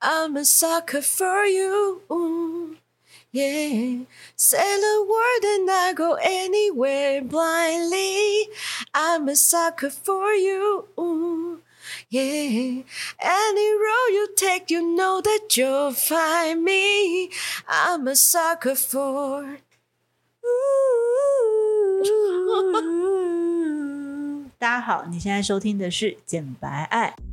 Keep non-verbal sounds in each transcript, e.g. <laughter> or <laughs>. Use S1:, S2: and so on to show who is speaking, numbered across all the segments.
S1: I'm a sucker for you. Yeah, say the word and I go anywhere blindly. I'm a sucker for you. Yeah, any road you take, you know that you'll find me. I'm a sucker for.
S2: <laughs> 大家好，你现在收听的是《简白爱》。
S1: <laughs>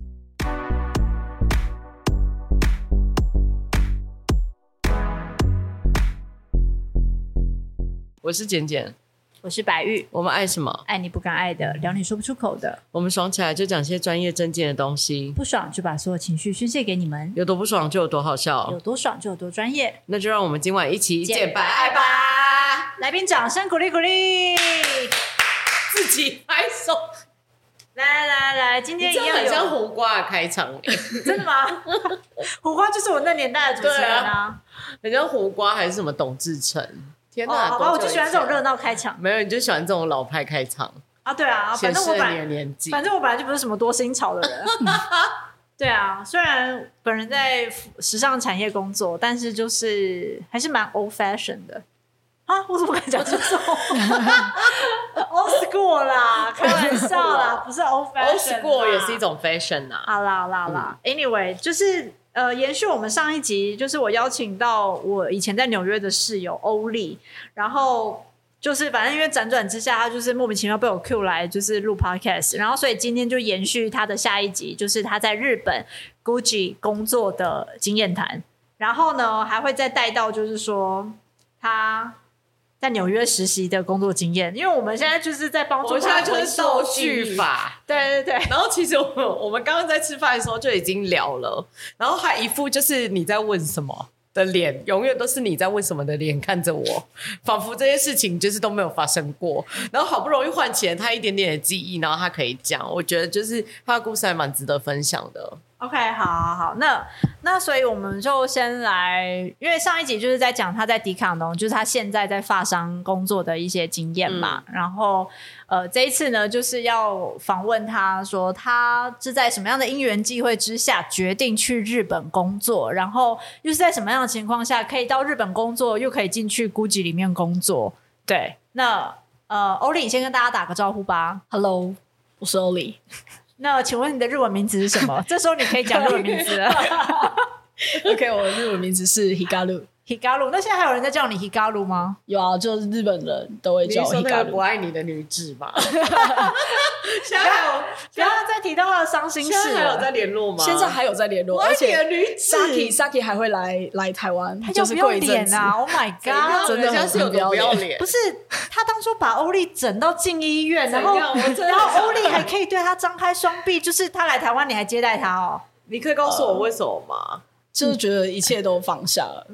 S1: 我是简简，
S2: 我是白玉，
S1: 我们爱什么？
S2: 爱你不敢爱的，聊你说不出口的，
S1: 我们爽起来就讲些专业正经的东西，
S2: 不爽就把所有情绪宣泄给你们，
S1: 有多不爽就有多好
S2: 有
S1: 笑。
S2: 多爽就有多专业。
S1: 那就让我们今晚一起
S2: 简
S1: 简白
S2: 白
S1: 爱
S2: 爱
S1: 吧，
S2: 来宾掌声鼓励鼓励！
S1: 自己拍
S2: <laughs>
S1: 手，
S2: 来来来来，今
S1: 你
S2: 天一
S1: 这
S2: 样
S1: 样很
S2: 有
S1: 像胡瓜的开场、 <laughs> 欸，
S2: 真的吗？胡瓜就是我那年代的主持人
S1: 对
S2: 啊。
S1: 很像胡瓜还是什么董志成？天
S2: 哦，
S1: 哪，
S2: 好吧，我
S1: 多久
S2: 就
S1: 以
S2: 喜欢这种
S1: 前
S2: 热闹开场
S1: 没有，你就喜欢这种老派开场，
S2: 啊。对啊，反
S1: 显
S2: 正
S1: 示
S2: 我本
S1: 了你
S2: 来
S1: 的年纪。
S2: 反正我本来就不是什么多新潮的
S1: <laughs>
S2: 人。对啊，虽然本人在时尚产业工作，但是就是还是蛮 old fashion 的啊！我怎么敢讲这
S1: <laughs>
S2: 种 <laughs> old school 啦？开玩笑啦，不是 old
S1: old
S2: fashion 啦。
S1: school 也是一种 fashion 啊。
S2: 好啦好啦好啦、a
S1: 嗯
S2: n y w a y 就是呃，延续我们上一集，就是我邀请到我以前在纽约的室友欧丽，然后就是反正因为辗转之下，她就是莫名其妙被我 Q 来就是录 podcast，然后所以今天就延续她的下一集，就是她在日本 Gucci 工作的经验谈，然后呢还会再带到就是说她。在纽约实习的工作经验，因为我们现在就是在帮助
S1: 啊我们现在
S2: 她
S1: 就是
S2: 回
S1: 倒
S2: 溯
S1: 叙
S2: 记忆，
S1: 法。
S2: 对对对，
S1: 然后其实我们我们刚刚在吃饭的时候就已经聊了，然后还一副就是你在问什么的脸，永远都是你在问什么的脸看着我，仿佛这些事情就是都没有发生过。然后好不容易唤起了他一点点的记忆，然后他可以讲，我觉得就是他的故事还蛮值得分享的。
S2: OK，好好好，那那所以我们就先来，因为上一集就是在讲他在迪卡侬，就是他现在在发商工作的一些经验嘛。然后呃，这一次呢，就是要访问他说，他是在什么样的因缘际会之下决定去日本工作，然后又是在什么样的情况下可以到日本工作，又可以进去 GUCCI 里面工作。对，那呃，欧丽，你先跟大家打个招呼吧。
S3: Hello，我是 Oli。
S2: 那请问你的日文名字是什么？这时候你可以讲日文名字了。 <laughs>
S3: <laughs> OK，我的日文名字是 Higaru。
S2: Higaru，那现在还有人在叫你 Higaru 吗？
S3: 有啊，就是日本人都会
S1: 你
S3: 叫
S1: 是 <laughs>
S3: 我
S1: 说那个不
S3: Higaru。
S1: 爱你的女子吧？现在还有
S2: 不要再提到他的伤心
S1: 现在
S2: 事
S1: 还有
S2: 了。
S1: 在联络吗？
S3: 现在还有在联
S1: 不
S3: 络，
S1: 爱
S3: 而
S1: 你的
S3: 且
S1: 女子
S3: Saki Saki 还会来来台湾，
S2: 他要
S3: 就
S2: 不
S3: 是
S2: 要
S3: 过一阵
S2: 脸
S3: 子。
S2: 啊？Oh my
S1: 啊
S2: god！
S3: 真的
S1: 人家
S3: 很
S1: 是有多
S3: 不
S1: 不
S3: 要
S1: 要
S3: 脸
S1: 脸
S2: 不。是他当初把欧丽整到进医院，
S1: 怎
S2: 然
S1: 样
S2: 后
S1: 我真的
S2: 然后欧丽
S1: 想
S2: 还可以对他张开双臂，就是他来台湾你还接待他哦。
S1: 你可以告诉我为什么吗？
S3: 就是觉得一切都放下了。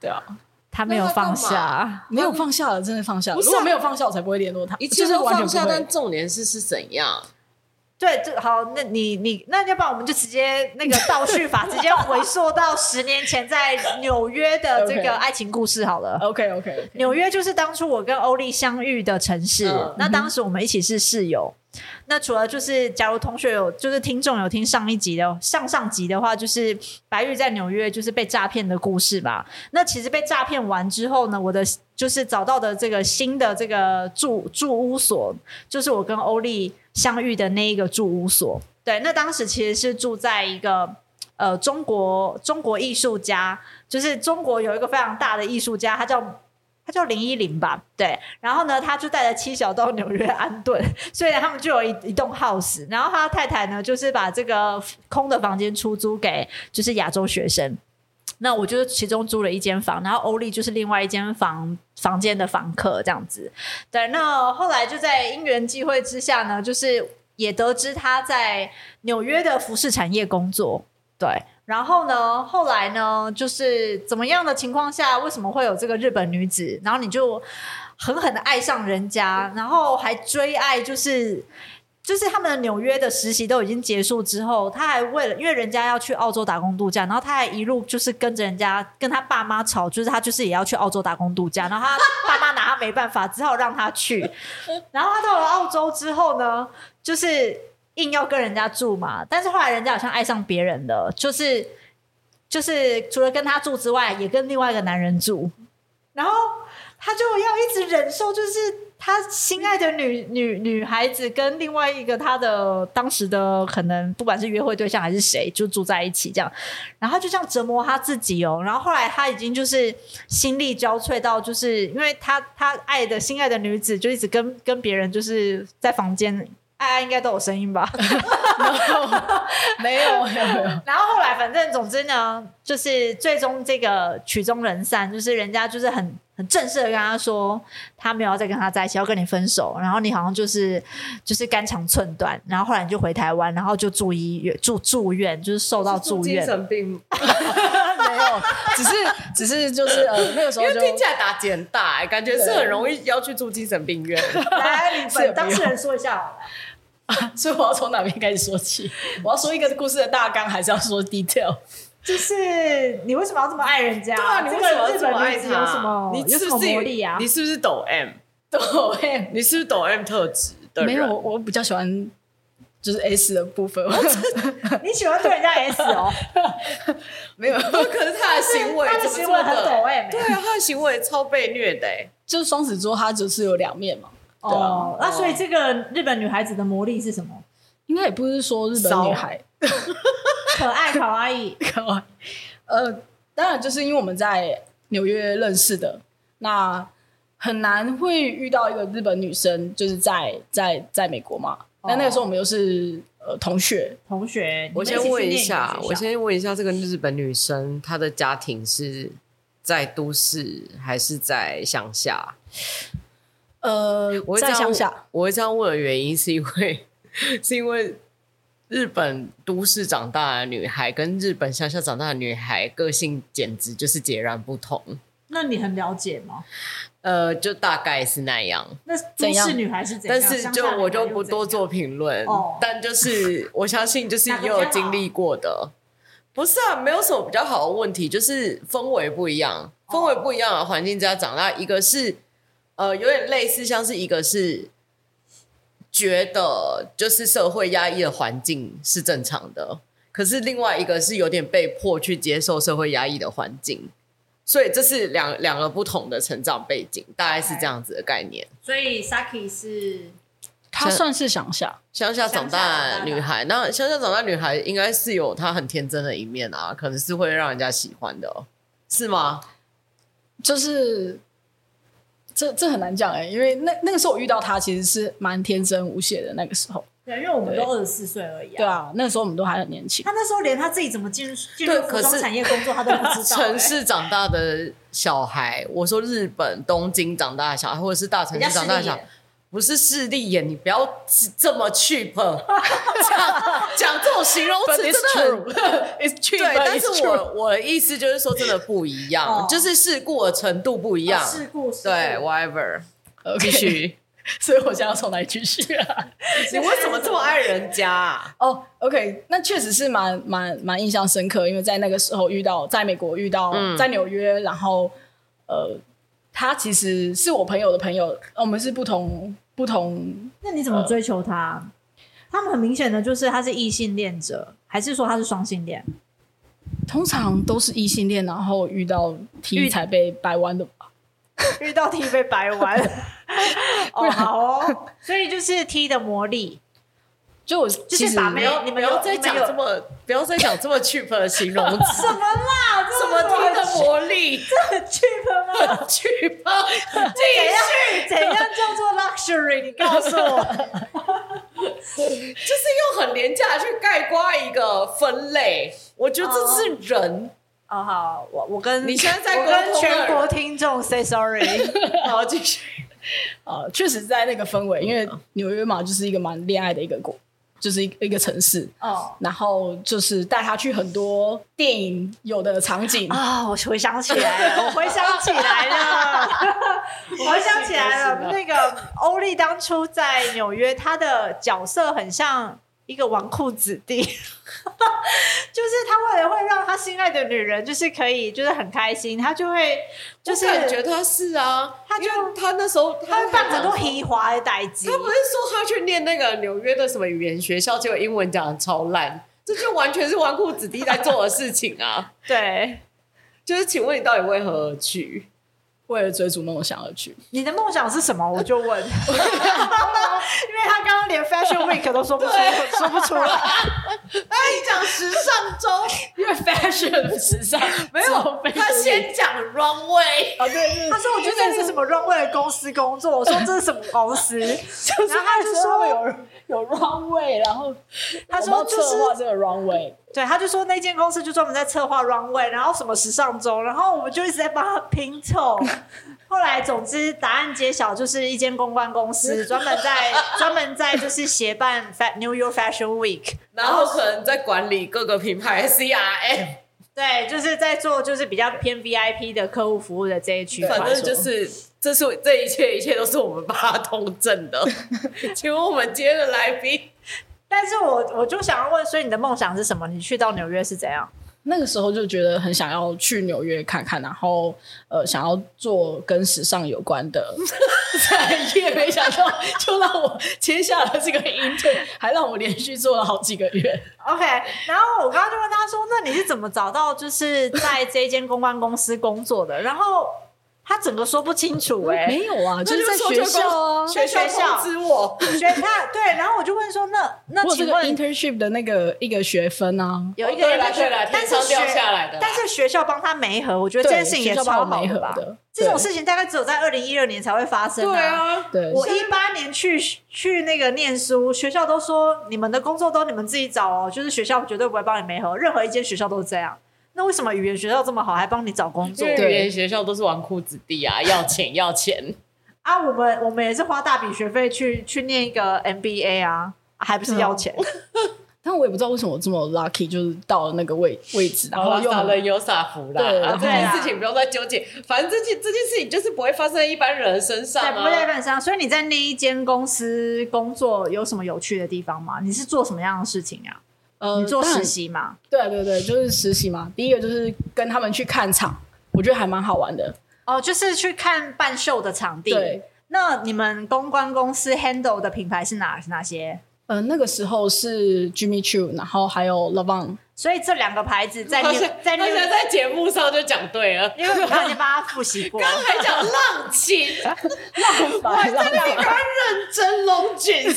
S3: 对啊，
S2: 他
S1: 没有放下，
S3: 没有放下了，真的放下了。
S1: 不是啊
S3: 如果没有放下，我才不会联络他。
S1: 一
S3: 就
S1: 切
S3: 是
S1: 都
S3: 完全
S1: 放
S3: 不
S1: 下，但
S3: 会。
S1: 重点是是怎样？
S2: 对，这好，那你你那要不然我们就直接那个倒叙法，直接回溯到十年前在纽约的这
S3: OK
S2: 个爱情故事好了。
S3: OK OK，
S2: 纽约就是当初我跟欧丽相遇的城市。
S1: 嗯
S2: 那当时我们一起是室友。那除了就是，假如同学有就是听众有听上一集的上上集的话，就是白玉在纽约就是被诈骗的故事嘛。那其实被诈骗完之后呢，我的就是找到的这个新的这个住住屋所，就是我跟欧丽相遇的那一个住屋所。对，那当时其实是住在一个呃中国中国艺术家，就是中国有一个非常大的艺术家，他叫他叫林依林吧，对。然后呢，他就带着妻小到纽约安顿， <laughs> 所以他们就有一一栋 house。然后他太太呢，就是把这个空的房间出租给就是亚洲学生。那我就是其中租了一间房，然后欧丽就是另外一间房房间的房客这样子。对，那后来就在因缘际会之下呢，就是也得知他在纽约的服饰产业工作。对，然后呢，后来呢，就是怎么样的情况下，为什么会有这个日本女子？然后你就狠狠的爱上人家，然后还追爱，就是。就是他们的纽约的实习都已经结束之后，他还为了因为人家要去澳洲打工度假，然后他还一路就是跟着人家跟他爸妈吵，就是他就是也要去澳洲打工度假，然后他爸妈拿他没办法，只好让他去。然后他到了澳洲之后呢，就是硬要跟人家住嘛，但是后来人家好像爱上别人了，就是就是除了跟他住之外，也跟另外一个男人住，然后他就要一直忍受，就是他心爱的女女女孩子跟另外一个他的当时的可能不管是约会对象还是谁，就住在一起这样，然后他就这样折磨他自己哦，然后后来他已经就是心力交瘁到，就是因为他他爱的心爱的女子就一直跟跟别人就是在房间。爱爱应该都有声音吧，
S3: 没有没有没有，
S2: <laughs> 然后后来，反正总之呢，就是最终这个曲终人散，就是人家就是很很正式的跟他说，他没有要再跟他在一起，要跟你分手。然后你好像就是就是肝肠寸断。然后后来你就回台湾，然后就住医院住住院，就是受到住 <laughs>
S1: 精
S2: 院。
S1: 神病，
S3: 没有，只是只是就是呃那个时
S1: 因为
S3: 候就
S1: 听起来打击很大、欸，感觉是很容易要去住精神病院。
S2: 来，你
S3: 是有
S2: 本当事人说一下好了。
S3: <laughs> 所以我要从哪边开始说起？我要说一个故事的大纲，还是要说 detail？
S2: 就是你为什么要这么爱人家？
S1: <laughs> 对啊，你为什么要这么爱他？
S2: 有什么
S1: 你是
S2: 有
S1: 不
S2: 什
S1: 是
S2: 么魔力啊
S1: 你？是不是抖 M？
S3: 抖 M
S1: 你是不是抖 M 特质的人？
S3: 没有，我我比较喜欢就是 S 的部
S1: <laughs>
S3: 分，我
S2: 你喜欢对人家 S <laughs> 哦，
S3: 没有，
S1: 可是他的行 <laughs> 为
S2: 他
S1: 怎么这
S2: 的行为 <laughs>
S1: 么
S2: 很抖
S1: 的？
S2: M 欸。
S1: 对啊，他的行为超被虐的、欸，
S3: 就是双子座它只是有两面嘛，对啊
S2: 哦，那所以这个日本女孩子的魔力是
S1: <laughs>
S2: 什么？
S3: 应该也不是说日本女孩
S2: 可爱、可爱。
S3: 可爱，呃，当然就是因为我们在纽约认识的，那很难会遇到一个日本女生，就是在在在美国嘛。
S2: 哦
S3: 那那个时候我们又是呃同学，
S2: 同学，
S1: 我先问一下，我先问一下，这个日本女生她的家庭是在都市还是在乡下？
S3: 呃，
S1: 我会这
S3: 在
S1: 样
S3: 乡下，，
S1: 我会这样问的原因是因为 <laughs> 是因为日本都市长大的女孩跟日本乡下长大的女孩个性简直就是截然不同。
S2: 那你很了解吗？
S1: 呃，就大概是那样，
S2: 那都
S3: 怎样
S2: 市女孩是怎
S1: 但
S2: 样？
S1: 是
S2: 乡下
S1: 就
S2: 女孩又
S1: 我就不多
S2: 怎样。
S1: 做评论
S2: 哦，
S1: 但就是我相信就是也有经历过的，不是啊，没有什么比较好的问题，就是氛围不一样，氛
S2: 哦
S1: 围不一样的环境之下长大，一个是呃有点类似，像是一个是觉得就是社会压抑的环境是正常的，可是另外一个是有点被迫去接受社会压抑的环境。所以这是两两个不同的成长背景，大概是这样子的概念。
S2: 所以 Saki 是
S3: 她算是乡下，
S1: 乡下长大的女孩，那乡下长大的女孩应该是有她很天真的一面啊，可能是会让人家喜欢的、哦，是吗？
S3: 就是这这很难讲哎、因为那那个时候我遇到她其实是蛮天真无邪的那个时候，
S2: 对，因为我们都
S3: 对
S2: 二十四岁而已。
S3: 对。啊，那个时候我们都还很年轻
S2: 他，那时候连他自己怎么进入进
S1: 对
S2: 入
S1: 可
S2: 服
S1: 是
S2: 装产业工作，他都不
S1: <laughs>
S2: 知道。欸哎
S1: 城市长大的小孩，我说日本东京长大的小孩，或者是大城
S2: 人家
S1: 市
S2: 势
S1: 长大的
S2: 利
S1: 小孩
S2: 眼，，
S1: 不是势利眼，你不要这么 cheap，讲讲这种形容词
S3: But
S1: 真
S3: it's
S1: 的很
S3: true, <laughs> it's true.
S1: 对，
S3: but
S1: 但
S3: it's
S1: 是
S3: true <laughs>
S1: 我我的意思就是说，真的不一样，
S2: 哦
S1: 就是事故的程度不一样，
S2: 哦事故事故
S1: 对，whatever，
S3: OK，
S1: 呃继续。
S3: <laughs> 所以我现在要从哪里继续啊？
S1: 你为什么这么爱人家、啊？
S3: <laughs> 哦、o k 那确实是蛮蛮蛮印象深刻，因为在那个时候遇到，在美国遇到，
S1: 嗯
S3: 在纽约，然后呃，他其实是我朋友的朋友，呃我们是不同不同，
S2: 那你怎
S1: 嗯
S2: 么追求他？他们很明显的就是他是异性恋者，还是说他是双性恋？
S3: 通常都是异性恋，然后遇到 T
S2: 遇
S3: 才被掰弯的吧？
S2: 遇到 T 被
S1: <laughs>
S2: 白玩。哦，好哦。所以就是 T 的魔力，
S3: 就我
S2: 是
S3: 就是
S2: 把
S1: 不
S2: 妹
S1: 要
S2: 你
S1: 不
S2: 们
S1: 要
S2: 有
S1: 再
S2: 你们
S1: 讲
S2: 有
S1: 这么不要再讲这么 cheap 的形容 <laughs> 词，
S2: 怎么啦？
S1: 什么听的魔
S3: <laughs>
S1: 力
S2: cheap 吗？
S1: cheap，
S2: 怎样怎样叫做 luxury？你告诉我，
S1: 就是用很廉价去概括一个分类。我觉得这是人。
S2: 哦，好，我我跟
S1: 你现在在
S2: 我
S1: 沟
S2: 跟
S1: 通
S2: 全
S1: 了
S2: 国听众 say sorry。
S1: <laughs> 好，继续。
S3: 呃，确实在那个氛围，因为
S2: 嗯
S3: 纽约嘛，就是一个蛮恋爱的一个国，就是一一个城市。嗯
S2: 哦
S3: 然后就是带他去很多电影有的场景，
S2: 啊、我回想起来了，我回想起来了， <laughs> 我回想起来了。那个欧丽当初在纽约，她的角色很像一个纨绔子弟， <laughs> 就是他为了会让他心爱的女人，就是可以，就是很开心，他就会就是
S1: 我感觉他是啊，
S2: 他就
S1: 因为他那时候
S2: 他
S1: 他
S2: 会办很多
S1: 他
S2: 移华的代际。
S1: 不是说他去念那个纽约的什么语言学校，结果英文讲的超烂，这就完全是纨绔子弟在做的事情啊！
S2: 对，
S1: 就是，请问你到底为何而去？
S3: 为了追逐梦想而去。
S2: 你的梦想是什么？我就 <laughs> 问，因为他刚刚连 Fashion Week 都说不出，说不出 <laughs> 来。
S1: 哎，你讲时尚周，
S3: 因为 fashion
S2: <laughs>
S3: 时尚没有，
S1: 他先讲 runway，
S3: 啊，对，
S2: 他说：“我就在这个什么 Runway 的公司工作。”我说：“这是什么公司？”
S3: 就是
S2: 然后他
S3: 那
S2: 就
S3: 时候
S2: 说
S3: 有有 runway，然后
S2: 他说
S3: 我们要
S2: 就是
S3: 策划这个 runway，：“
S2: 对，他就说那间公司就专门在策划 Runway，然后什么时尚周，然后我们就一直在帮他拼凑。”后来，总之答案揭晓，就是一间公关公司，专门在专门在就是协办 Fa- New York Fashion Week，
S1: 然后可能在管理各个品牌的 CRM，
S2: 对，就是在做就是比较偏 VIP 的客户服务的这一区块。
S1: 反正就是，这是这一切，一切都是我们把它通证的。请问我们今天的来宾，
S2: 但是我我就想要问，所以你的梦想是什么？你去到纽约是怎样？
S3: 那个时候就觉得很想要去纽约看看，然后呃，想要做跟时尚有关的 <laughs> 产业，没想到就让我 <laughs> 签下了这个 intern，还让我连续做了好几个月。
S2: OK，然后我刚刚就问他说：“那你是怎么找到就是在这一间公关公司工作的？” <laughs> 然后他整个说不清楚哎、
S3: 没有 <laughs> 啊，就是在
S1: 那
S3: 学校啊，
S1: 学校
S2: 在学校
S1: 通知我，
S2: 所以他对，然后我就问说：“那那
S3: 我有这
S2: 请
S3: 个
S2: 问
S3: internship 的那个一个学分啊，
S2: 有一
S1: 哦
S2: 个
S1: 对
S2: 人
S1: 啦
S2: 在学
S1: 对啦
S2: 但
S1: 天
S2: 是
S1: 上
S2: 学
S1: 掉下来的啦
S2: 但是学校帮他媒合，我觉得这
S3: 对
S2: 件事情也
S3: 学校
S2: 超
S3: 帮我
S2: 好
S3: 媒合
S2: 吧
S3: 的？
S2: 这种
S3: 对
S2: 事情大概只有在二零一二年才会发生、
S1: 对啊，
S3: 对，
S2: 我一八年去去那个念书，学校都说你们的工作都你们自己找哦，就是学校绝对不会帮你媒合，任何一间学校都是这样。那为什么语言学校这么好，还帮你找工
S1: 因
S2: 作
S1: 为
S3: 对
S1: 语言学校都是纨绔子弟啊，要钱要钱。
S2: 啊？我们我们也是花大笔学费去去念一个 MBA 啊，还不是要钱？
S3: 但我也不知道为什么我这么 lucky，就是到了那个位位置，然
S1: 好啦
S3: 后又
S1: 傻
S3: 很
S1: 人有傻福啦，
S3: 啊对
S1: 啊这
S2: 对
S1: 件
S2: 啦
S1: 事情不用再纠结，反正这件这件事情就是不会发生在一般人身上
S2: 对，不会在
S1: 啊。
S2: 本上。所以你在那一间公司工作有什么有趣的地方吗？你是做什么样的事情啊？
S3: 呃
S2: 你做
S3: 当
S2: 实
S3: 然
S2: 习吗？
S3: 对对对，就是实习嘛。第一个就是跟他们去看场，我觉得还蛮好玩的。
S2: 哦，就是去看办秀的场地。
S3: 对，
S2: 那你们公关公司 handle 的品牌是哪哪些？
S3: 呃，那个时候是 Jimmy Choo，然后还有 Lavon，
S2: 所以这两个牌
S1: <laughs>
S2: 子在
S1: 他
S2: 你
S1: 现
S2: 在
S1: 他
S2: 那
S1: 现在在节目上就讲对了，
S2: 因为我刚才帮他复习过，
S1: 刚
S2: <laughs>
S1: 才讲浪琴，
S3: 浪
S1: 真龙俊，
S2: <laughs> 不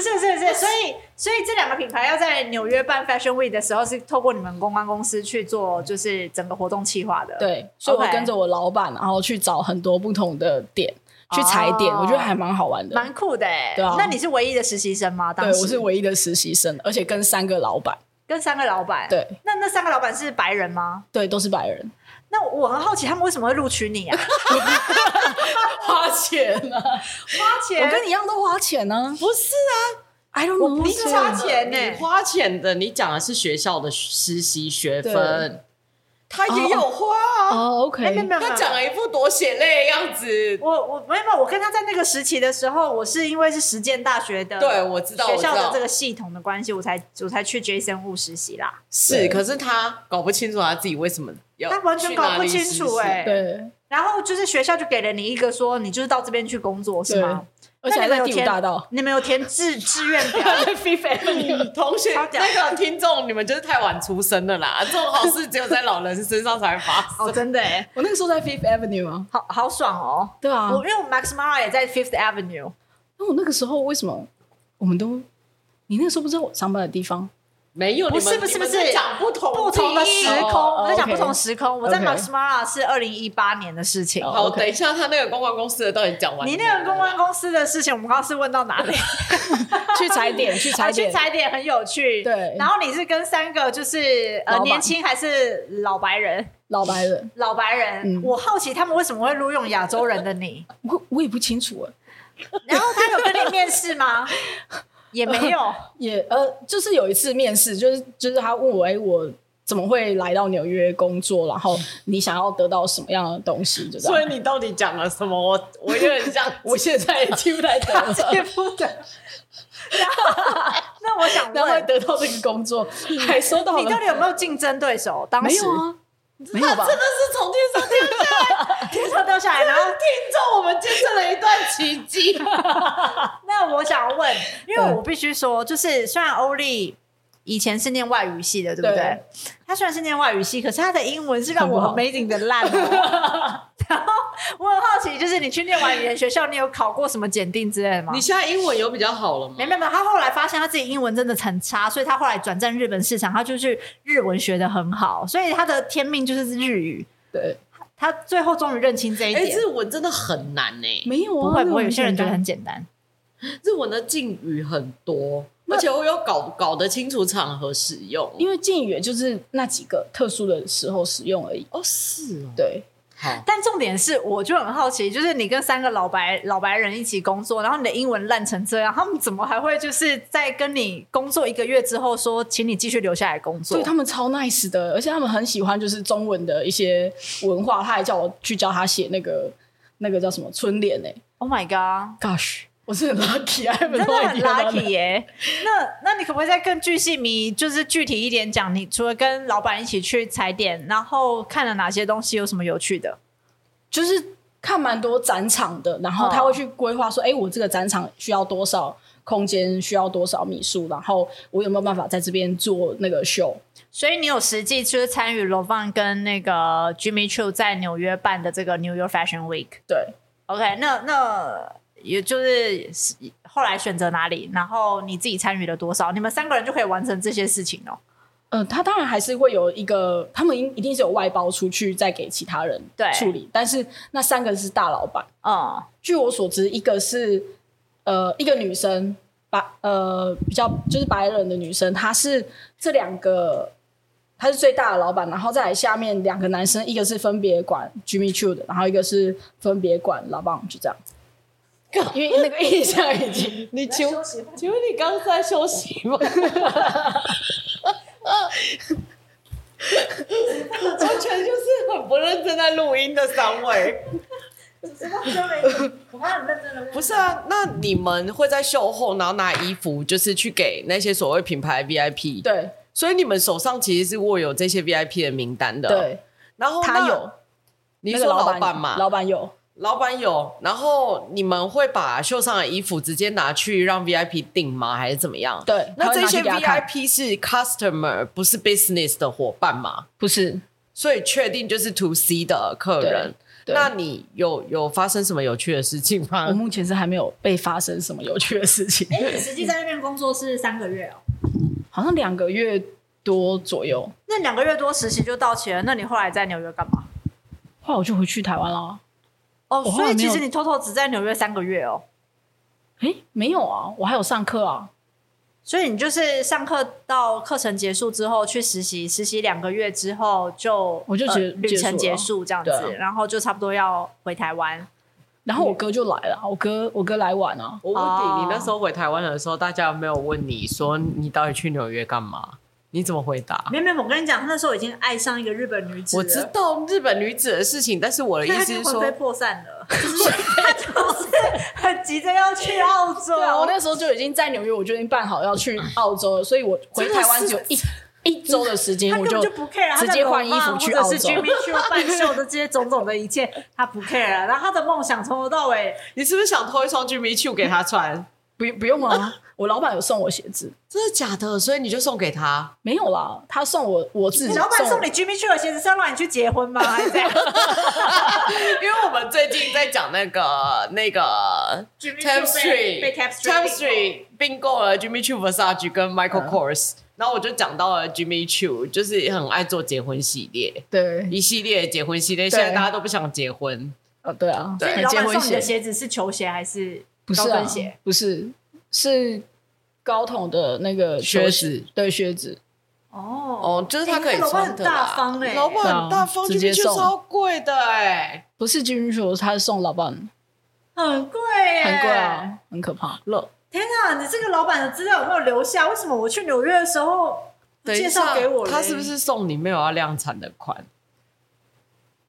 S2: 是不是
S1: <laughs>
S2: 不是，所以所以这两个品牌要在纽约办 Fashion Week 的时候，是透过你们公关公司去做，就是整个活动企划的。，
S3: 对，所以我
S2: OK
S3: 跟着我老板，然后去找很多不同的点去踩点，
S2: 哦
S3: 我觉得还蛮好玩的。
S2: 蛮酷的哎、
S3: 对啊
S2: 那你是唯一的实习生吗？
S3: 对，
S2: 当时
S3: 我是唯一的实习生，而且跟三个老板，
S2: 跟三个老板。
S3: 对，
S2: 那那三个老板是白人吗？
S3: 对，都是白人，
S2: 那我很好奇，他们为什么会录取你
S3: <laughs>
S2: 啊？
S3: 花钱啊！
S2: 花钱，
S3: 我跟你一样都花钱呢、
S1: 不是啊，
S3: 啊、，I don't
S2: 我
S3: know，
S2: 不是花钱呢、
S1: 你花钱的，你讲的是学校的实习学分，他也有花啊，
S3: 哦，OK、
S2: 哎
S3: o
S2: 没有
S3: k
S2: 没有，没有
S1: <laughs> 他讲了一副多血泪的样子。
S2: 我我没有，没有我跟他在那个时期的时候，我是因为是实践大学的，
S1: 对我知道
S2: 学校
S1: 我知
S2: 的
S1: 道
S2: 这个系统的关系，我才我才去 Jason Wu 实习啦。
S1: 是，可是他搞不清楚他自己为什么要，
S2: 他完全搞不清楚哎、
S3: 对，
S2: 然后就是学校就给了你一个说，你就是到这边去工作是吗？
S3: 而且还
S2: 那
S3: 在
S2: 你们有
S3: 第五
S2: 填
S3: 大道，
S2: 你们有填志志愿表？嗯
S1: 同学，
S2: 超屌
S1: 那个听众，你们就是太晚出生了啦！ <laughs> 这种好事只有在老人身上才会发生。
S2: 哦，真的哎、
S3: 我那个时候在 Fifth Avenue 啊，
S2: 好好爽哦！
S3: 对啊
S2: 我因为我 Max Mara 也在 Fifth Avenue，
S3: 那我那个时候为什么我们都，你那个时候不知道我上班的地方？
S1: 没有，
S2: 不
S1: 你
S2: 是
S1: 们
S2: 不是
S1: 你们
S2: 不是
S1: 在讲不同
S2: 不同的时
S1: 地
S2: 空，
S3: 哦
S2: 我在讲不
S3: OK
S2: 同的时空。我在
S3: OK
S2: Max Mara 是二零一八年的事情。
S3: 哦
S1: 好
S3: OK
S1: 等一下，他那个公关公司的到底讲完了
S2: 你
S1: 没？
S2: 那个公关公司的事情，我们刚刚是问到哪里？
S3: 去踩点，去
S2: <laughs> 啊
S3: 踩
S2: 去
S3: 点，
S2: 踩点很有趣。
S3: 对
S2: 然后你是跟三个就是呃
S3: 老板
S2: 年轻还是老白人？
S3: 老白人，
S2: 老白人，
S3: 嗯
S2: 我好奇他们为什么会录用亚洲人的你？
S3: 我我也不清楚哎、
S2: 然后他有跟你面试吗？也没
S3: <laughs>
S2: 有。
S3: 也呃，就是有一次面试，就是就是他问我，哎、我怎么会来到纽约工作？然后你想要得到什么样的东西？就这
S1: 所以
S3: 样。
S1: 你到底讲了什么？我我有点
S2: <laughs>
S1: 像，
S3: 我现在也记不太得了，
S1: 不得。
S2: 那我想
S3: 然后还
S2: 问，
S3: 得到这个工作，还收到了
S2: 你到底有没有竞争对手？当
S3: 没
S2: 时 <laughs>
S3: 有啊？没有吧？
S1: <laughs> 真的是从天上掉下
S2: 天上掉下来，
S3: <laughs>
S2: 然后
S1: 来，听众，我们见证了一段奇
S2: <laughs>
S1: 迹。
S2: 那我想问，因为
S3: 嗯
S2: 我必须说，就是虽然欧丽。以前是念外语系的，对不对？
S3: 对
S2: 他虽然是念外语系，可是他的英文是让我
S3: 很不好
S2: amazing 的烂哦、然后 <laughs> 我很好奇，就是你去念完语言学校，你有考过什么检定之类的吗？
S1: <laughs> 你现在英文有比较好了吗
S2: 没？没没，他后来发现他自己英文真的很差，所以他后来转战日本市场，他就去日文学的很好，所以他的天命就是日语。
S3: 对，
S2: 他最后终于认清这一
S1: 哎，
S2: 点，
S1: 日文真的很难呢，
S3: 没有
S2: 不
S3: 啊，
S2: 会
S3: 那
S2: 不会，
S3: 种
S2: 有些人觉得
S3: 简
S2: 很简单。
S1: 日文的敬语很多，而且我有搞搞得清楚场合使用
S3: 单，。因为敬语也就是那几个特殊的时候使用而已。
S1: 哦，是哦，
S3: 对，
S1: 好，
S2: 但重点是，我就很好奇，就是你跟三个老白老白人一起工作，然后你的英文烂成这样，他们怎么还会就是在跟你工作一个月之后说，请你继续留下来工作
S3: 所以？他们超 nice 的，而且他们很喜欢就是中文的一些文化，他还叫我去教他写那个那个叫什么春联呢、
S2: Oh my god！
S3: Gosh，我是很 lucky，I
S2: <laughs>
S3: have
S2: 真的
S3: no
S2: 很
S3: idea about that
S2: lucky 嗯耶、那那你可不可以再更具细迷，就是具体一点讲？你除了跟老板一起去踩点，然后看了哪些东西，有什么有趣的？
S3: 就是看蛮多展场的，然后他会去规划说，哎、我这个展场需要多少空间，需要多少米数，然后我有没有办法在这边做那个秀？
S2: 所以你有实际就是参与罗放跟那个 Jimmy Choo 在纽约办的这个 New York Fashion Week。
S3: 对，
S2: OK，那那也就是后来选择哪里，然后你自己参与了多少？你们三个人就可以完成这些事情哦。
S3: 呃，他当然还是会有一个，他们一一定是有外包出去再给其他人
S2: 对
S3: 处理，但是那三个是大老板。
S2: 嗯，
S3: 据我所知，一个是呃一个女生，白呃比较就是白人的女生，她是这两个，她是最大的老板，然后再来下面两个男生，一个是分别管 Jimmy Choo 的，然后一个是分别管老棒，就这样。因为那个印象已经
S1: 你请请问你刚刚在休息吗？完全就是很不认真在录音的三位。
S2: 我很认真的 <laughs>
S1: 不是啊，那你们会在秀后，然后拿衣服，就是去给那些所谓品牌 VIP。， <laughs>
S3: 对
S1: 所以你们手上其实是握有这些 VIP 的名单的。，
S3: 对，
S1: 然后啊
S3: 他
S1: 哦那
S3: 有，
S1: 你
S3: 那
S1: 说
S3: 个
S1: 老
S3: 板
S1: 板嘛，
S3: 老板有，
S1: 老板有，然后你们会把秀上的衣服直接拿去让 VIP 订吗？还是怎么样？
S3: 对
S1: 那这些
S3: 他会拿去给他看
S1: VIP 是 customer 不是 business 的伙伴吗？
S3: 不是
S1: 所以确定就是 to C 的客人。
S3: 对对
S1: 那你有有发生什么有趣的事情吗
S3: 我？目前是还没有被发生什么有趣的事情，
S2: 哎、你实际在那边工作是三个月哦。
S3: 好像两个月多左右，
S2: 那两个月多实习就到期了，那你后来在纽约干嘛？
S3: 后来我就回去台湾了。啊
S2: 哦，
S3: 我后
S2: 所
S3: 来
S2: 以
S3: 没
S2: 其
S3: 有
S2: 实你偷偷只在纽约三个月哦，
S3: 诶，没有啊，我还有上课啊。
S2: 所以你就是上课到课程结束之后去实习，实习两个月之后就
S3: 我就
S2: 呃
S3: 觉得
S2: 旅程
S3: 结
S2: 结
S3: 束了
S2: 束这样子，
S3: 对啊
S2: 然后就差不多要回台湾。嗯
S3: 然后我哥就来了，我哥我哥来晚啊，
S1: 我问你，
S2: 哦
S1: 你那时候回台湾的时候，大家有没有问你说你到底去纽约干嘛？你怎么回答？
S2: 没有没有，我跟你讲，他那时候已经爱上一个日本女子了，
S1: 我知道日本女子的事情，但是我的
S2: 所
S1: 意
S2: 以他已
S1: 思
S2: 经
S1: 是
S3: <laughs>
S2: 魂
S1: 说
S2: 飞，魄散了，就是他就是很急着要去澳洲。
S3: 对啊，我那时候就已经在纽约，我就已经办好要去
S2: 啊
S3: 澳洲了，所以我回台湾只有一一周的时间，
S2: 他
S3: 我
S2: 根本就不 care，
S3: 直接换衣服去澳
S2: 或者是
S3: 洲。
S2: Jimmy Choo 办秀的这些种种的一切，他不 care 了。然后他的梦想从头到尾，
S1: 你是不是想偷一双 Jimmy Choo 给他穿？
S3: 不不用啊，我老板有送我鞋子，
S1: 真的假的？所以你就送给他？
S3: 没有啦，他送我我自己
S2: 老板送
S3: 送
S2: 你 Jimmy Choo 的鞋子是要让你去结婚吗？还是怎样
S1: 因为我们最近在讲那个那个 <laughs>
S2: Jimmy
S1: Tapestry
S2: 被
S1: Tapestry 并购了 Jimmy Choo Versace 跟 Michael
S3: 嗯
S1: Kors，、然后我就讲到了 Jimmy Choo，就是很爱做结婚系列，
S3: 对，
S1: 一系列结婚系列，
S3: 对
S1: 现在大家都不想结婚，
S3: 呃对啊，
S1: 对
S2: 老
S3: 结
S2: 板
S3: 婚
S2: 送你的
S3: 鞋
S2: 鞋子是球鞋还是
S3: 不
S2: 高
S3: 是
S2: 跟
S3: 啊
S2: 鞋？，
S3: 不是是高筒的那个球
S1: 靴子，
S3: 对靴子，
S2: 哦
S1: 哦，就是他可以穿的啦、
S2: 老板很大方欸
S1: 老板很大方
S3: 对啊直
S1: ，Jimmy
S3: 接
S1: Choo
S3: 送
S1: 超贵的哎、
S3: 不是金鱼球，他是送老板，
S2: 很贵，欸
S3: 很贵！啊，很可怕。
S1: 乐，
S2: 天啊哪，你这个老板的资料有没有留下？为什么我去纽约的时候不
S1: 等
S2: 介
S1: 一
S2: 绍
S1: 下
S2: 给我嘞？
S1: 他是不是送你没有要量产的款？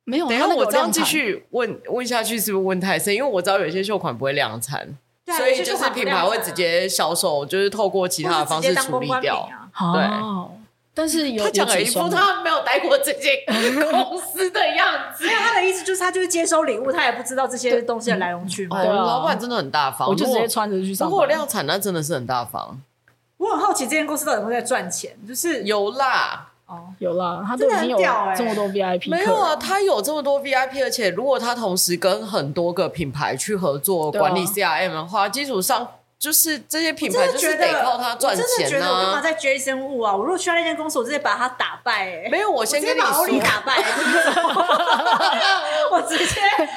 S3: 没有，
S1: 等一
S3: 他
S1: 下
S3: 那个
S1: 我
S3: 有
S1: 这样
S3: 量
S1: 继
S3: 产
S1: 续问问下去，是不是问太深？因为我知道有些秀款不会量产。
S2: 对啊？
S1: 所以就是品牌会啊直
S2: 有些
S1: 接销售，就是透过其
S2: 就
S1: 他的
S2: 把不
S1: 方
S2: 亮
S1: 式
S2: 相
S1: 处理掉。
S2: 啊
S3: 哦，但是有
S1: 啊他讲
S3: 有
S1: 了一
S3: 几
S1: 副
S3: 双吗
S1: 他没有待过这些公司的样 <laughs> 子。
S2: 没有他的意思就是他就是接收礼物，他也不知道这些东西的来龙去脉。
S1: 嗯
S3: 对啊
S1: 老板真的很大方，
S3: 我就直接
S1: 如果
S3: 穿着去上
S1: 如果
S3: 班。
S1: 量产，那真的是很大方。
S2: 我很好奇这间公司到底有没有在赚钱，就是
S1: 有啦，
S2: 哦，
S3: 有啦，他都已经
S2: 真
S3: 有
S2: 的很屌欸
S3: 这么多 VIP
S1: 没有啊，
S3: 客人
S1: 他有这么多 VIP，而且如果他同时跟很多个品牌去合作
S3: 对啊
S1: 管理 CRM 的话，基础上就是这些品
S2: 真
S1: 牌
S2: 的
S1: 就
S2: 觉
S1: 是
S2: 得
S1: 得靠他赚
S2: 我真的觉
S1: 钱
S2: 得我干嘛
S1: 啊。
S2: 在 Jason Wu 啊？我如果去到那间公司，我直接把他打败、欸，
S1: 没有，我先
S2: 直接
S1: 跟你
S2: 把欧力
S1: 说，
S2: 打败，欸
S1: <laughs>
S2: 我直接，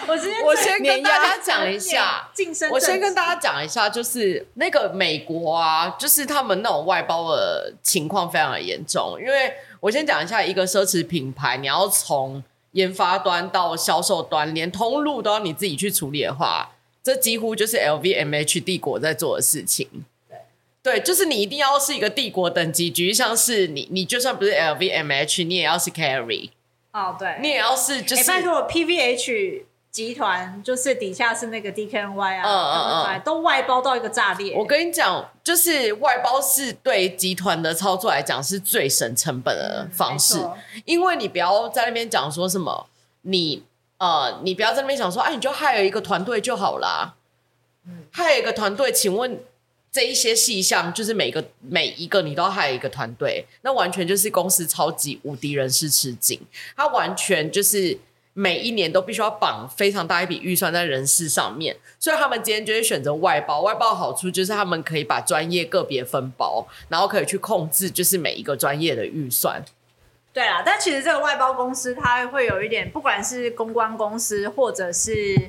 S2: 我直接，
S1: 我先跟大家讲一下。
S2: 晋升，
S1: 我先跟大家讲一下，就是那个美国啊，就是他们那种外包的情况非常的严重。因为我先讲一下，一个奢侈品牌，你要从研发端到销售端，连通路都要你自己去处理的话，这几乎就是 LVMH 帝国在做的事情。对，就是你一定要是一个帝国等级，举例像是你，你就算不是 LVMH，你也要是 Carry，
S2: 哦，对，
S1: 你也要是就是、
S2: 哎拜托 PVH 集团就是底下是那个 DKNY 啊，
S1: 嗯嗯嗯
S2: 他们都外包到一个炸裂。
S1: 我跟你讲，就是外包是对集团的操作来讲是最省成本的方式，
S2: 没错
S1: 因为你不要在那边讲说什么你呃，你不要在那边想说，哎、你就害了一个团队就好啦。害了一个团队，请问这一些细项，就是每个每一个你都要害一个团队，那完全就是公司超级无敌人事吃紧，它完全就是。每一年都必须要绑非常大一笔预算在人事上面，所以他们今天就会选择外包。外包的好处就是他们可以把专业个别分包，然后可以去控制就是每一个专业的预算。
S2: 对啦，但其实这个外包公司它会有一点，不管是公关公司或者是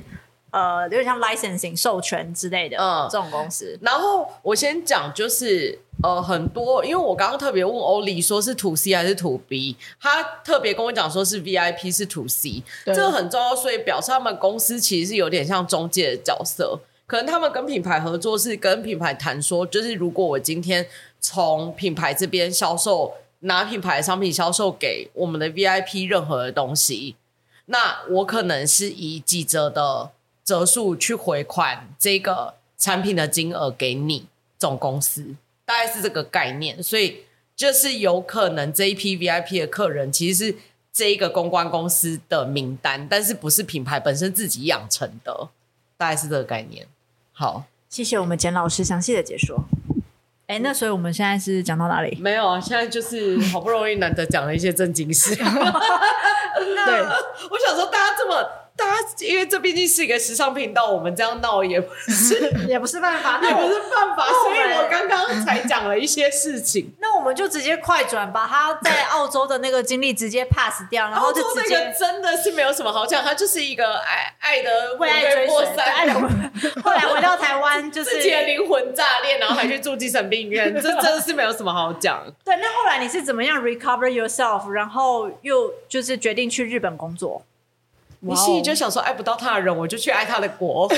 S2: 呃，有点像 licensing 授权之类的、
S1: 嗯
S2: 这种公司，
S1: 然后我先讲，就是呃，很多，因为我刚刚特别问欧里说是 to C 还是 to B，他特别跟我讲说是 VIP 是 to C，
S3: 对
S1: 这个很重要，所以表示他们公司其实是有点像中介的角色。可能他们跟品牌合作是跟品牌谈说，就是如果我今天从品牌这边销售，拿品牌的商品销售给我们的 VIP 任何的东西，那我可能是以几折的折数去回款这个产品的金额给你总公司，大概是这个概念。所以就是有可能这一批 VIP 的客人其实是这一个公关公司的名单，但是不是品牌本身自己养成的，大概是这个概念。好，
S2: 谢谢我们简老师详细的解说。哎，那所以我们现在是讲到哪里？
S1: 没有啊，现在就是好不容易难得讲了一些正经事。 <laughs>
S3: 对，
S1: 我想说，大家这么大家，因为这毕竟是一个时尚频道，我们这样闹也不 <laughs> 是
S2: 也不是办法，
S1: 也
S2: 那
S1: 不
S2: 我
S1: 是办法，
S2: 那我
S1: 所
S2: 们
S1: 以我刚刚才讲了一些事情。
S2: 那我们就直接快转，把他在澳洲的那个经历直接 pass 掉，
S1: <laughs>
S2: 然
S1: 然后
S2: 后就
S1: 就
S2: 直
S1: 那
S2: 接
S1: 个真的是没有什么好讲，它就是一个爱爱的
S2: 为爱追
S1: 波
S2: 随，对爱
S1: 三
S2: 的。 <laughs> 后来回到台湾， <laughs> 就是
S1: 自己的灵魂炸裂，然后还去住精神病 <laughs> 院，这真的是没有什么好讲。
S2: 对。那后来你是怎么样 recover yourself，然后又就是决定去日本工作？
S1: 你心里就想说，爱哎不到他的人，我就去爱他的 <laughs> 国。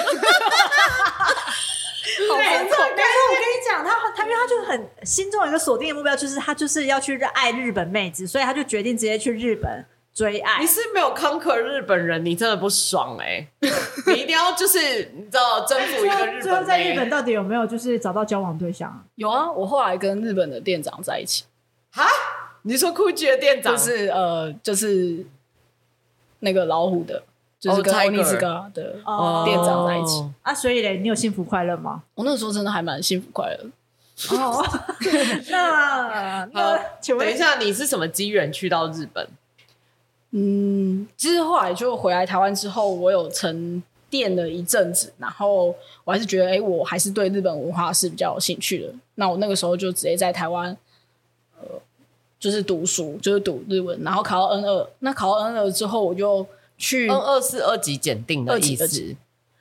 S2: 对，但是我跟你讲，他他因为他就很心中有一个锁定的目标，就是他就是要去热爱日本妹子，所以他就决定直接去日本追爱
S1: 你。是没有 conquer 日本人，你真的不爽哎、你一定要就是你知道征服一
S2: 最
S1: 个
S2: 后
S1: 日本妹。
S2: 最后在日本到底有没有就是找到交往对象啊？
S3: 有啊，我后来跟日本的店长在一起，
S1: 哈？你说 GUCCI 的店长
S3: 就是呃，就是那个老虎的，就是
S1: 哦
S3: 跟
S1: Tiger
S3: 欧尼斯哥的
S2: 哦
S3: 店长在一起。
S2: 啊，所以嘞，你有幸福快乐吗？
S3: 我那时候真的还蛮幸福快乐的，
S2: <laughs> 哦，那
S1: 好
S2: 那请问
S1: 等一，下，你是什么机缘去到日本？
S3: 嗯，其实后来就回来台湾之后，我有沉淀了一阵子，然后我还是觉得，哎、我还是对日本文化是比较有兴趣的。那我那个时候就直接在台湾，呃，就是读书，就是读日文，然后考到 N 二。那考到 N 二之后，我就去、
S1: 嗯，二是二级检定的
S3: 二级
S1: 意
S3: 二
S1: 思
S3: 级。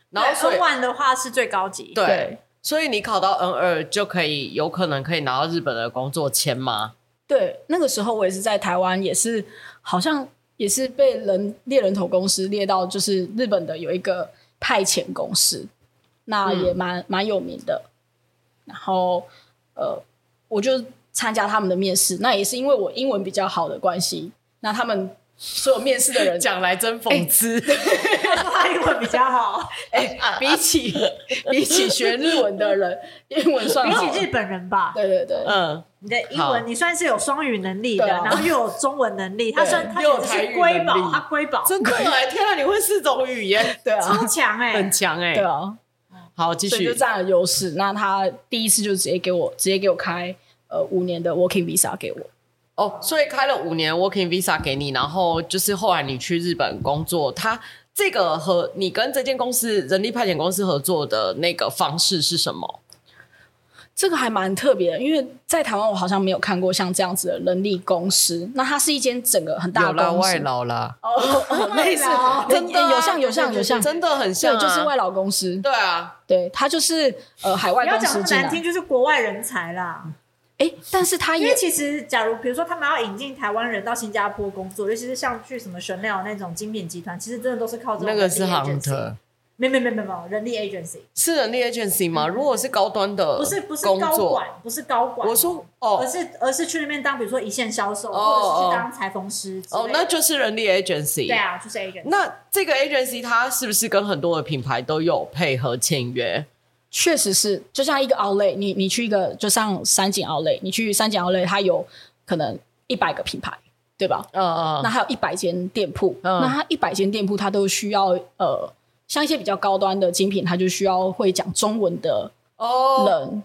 S1: 然后所以
S2: N one 的话是最高级，，
S1: 对
S3: 对，
S1: 所以你考到 N 二就可以有可能可以拿到日本的工作签吗？
S3: 对，那个时候我也是在台湾，也是好像也是被人猎人头公司猎到，就是日本的有一个派遣公司，那也
S2: 嗯
S3: 蛮、蛮有名的。然后呃，我就参加他们的面试，那也是因为我英文比较好的关系，那他们所有面试的
S2: <laughs>
S3: 人，
S1: 讲来真讽刺，
S2: 他 <laughs> 英文比较好，
S3: 哎、比起比起学日文的人，英文算
S2: <laughs> 啊比
S3: 好
S2: 起
S3: 了，
S2: 日本人吧，
S3: 对对对，
S1: <laughs> 嗯，
S2: 你的英
S1: 好
S2: 文你算是有双语能力的，
S3: 对啊
S2: 然后又有中文能力，他
S3: 对
S2: 算他
S1: 又有
S2: 简直
S1: 台
S2: 是
S1: 语
S2: 瑰
S1: 能
S2: 宝，
S1: 力
S2: 他瑰宝，
S1: 真的哎，天啊，你会四种语言，
S3: 对啊
S2: 超，强哎、
S1: 很强哎
S3: 对。啊。
S1: 好，继
S3: 所以就
S1: 续。
S3: 占了优势。那他第一次就直接给我直接给我开呃五年的 working visa 给我。
S1: 哦，所以开了五年 working visa 给你，然后就是后来你去日本工作，他这个和你跟这间公司人力派遣公司合作的那个方式是什么？
S3: 这个还蛮特别的，因为在台湾我好像没有看过像这样子的人力公司。那它是一间整个很大
S1: 有
S3: 的
S1: 啦，
S3: 公司，
S1: 外劳啦，
S3: 哦哦哦，类似
S2: 劳，
S3: 真
S1: 真的啊
S3: 有像有像有像，
S1: 真的很像、
S3: 对，
S1: 啊，
S3: 就是外劳公司，
S1: 对啊，
S3: 对，它就是呃海外
S2: 不要
S3: 公
S2: 讲那
S3: 司
S2: 么
S3: 进
S2: 难
S3: 来，
S2: 听，就是国外人才啦。
S1: 嗯
S3: 哎，但是它
S2: 因
S3: 也
S2: 为其实，假如比如说他们要引进台湾人到新加坡工作，尤其是像去什么 Chanel 那种精品集团，其实真的都是靠这种
S1: 那个是
S2: 人力 agency
S1: hunter，
S2: 没没没没没人力 agency，
S1: 是人力 agency 吗？如果是高端的，
S2: 嗯不是不是
S1: 工
S2: 高
S1: 作，
S2: 管，不是高管，
S1: 我说
S2: 而
S1: 哦
S2: 是而是去那边当比如说一线销售，
S1: 哦
S2: 或者是
S1: 哦
S2: 去当裁缝师之类的
S1: 哦，那就是人力 agency。
S2: 对啊，就是 agent。
S1: 那这个 agency 它是不是跟很多的品牌都有配合签约？
S3: 确实是，就像一个 outlet，你你去一个就像三井 outlet，你去三井 outlet，它有可能一百个品牌，对吧？
S2: 呃
S1: 嗯嗯
S3: 那还有一百间店铺，
S1: 嗯
S3: 那它一百间店铺它都需要呃，像一些比较高端的精品，它就需要会讲中文的
S1: 哦，
S3: 人，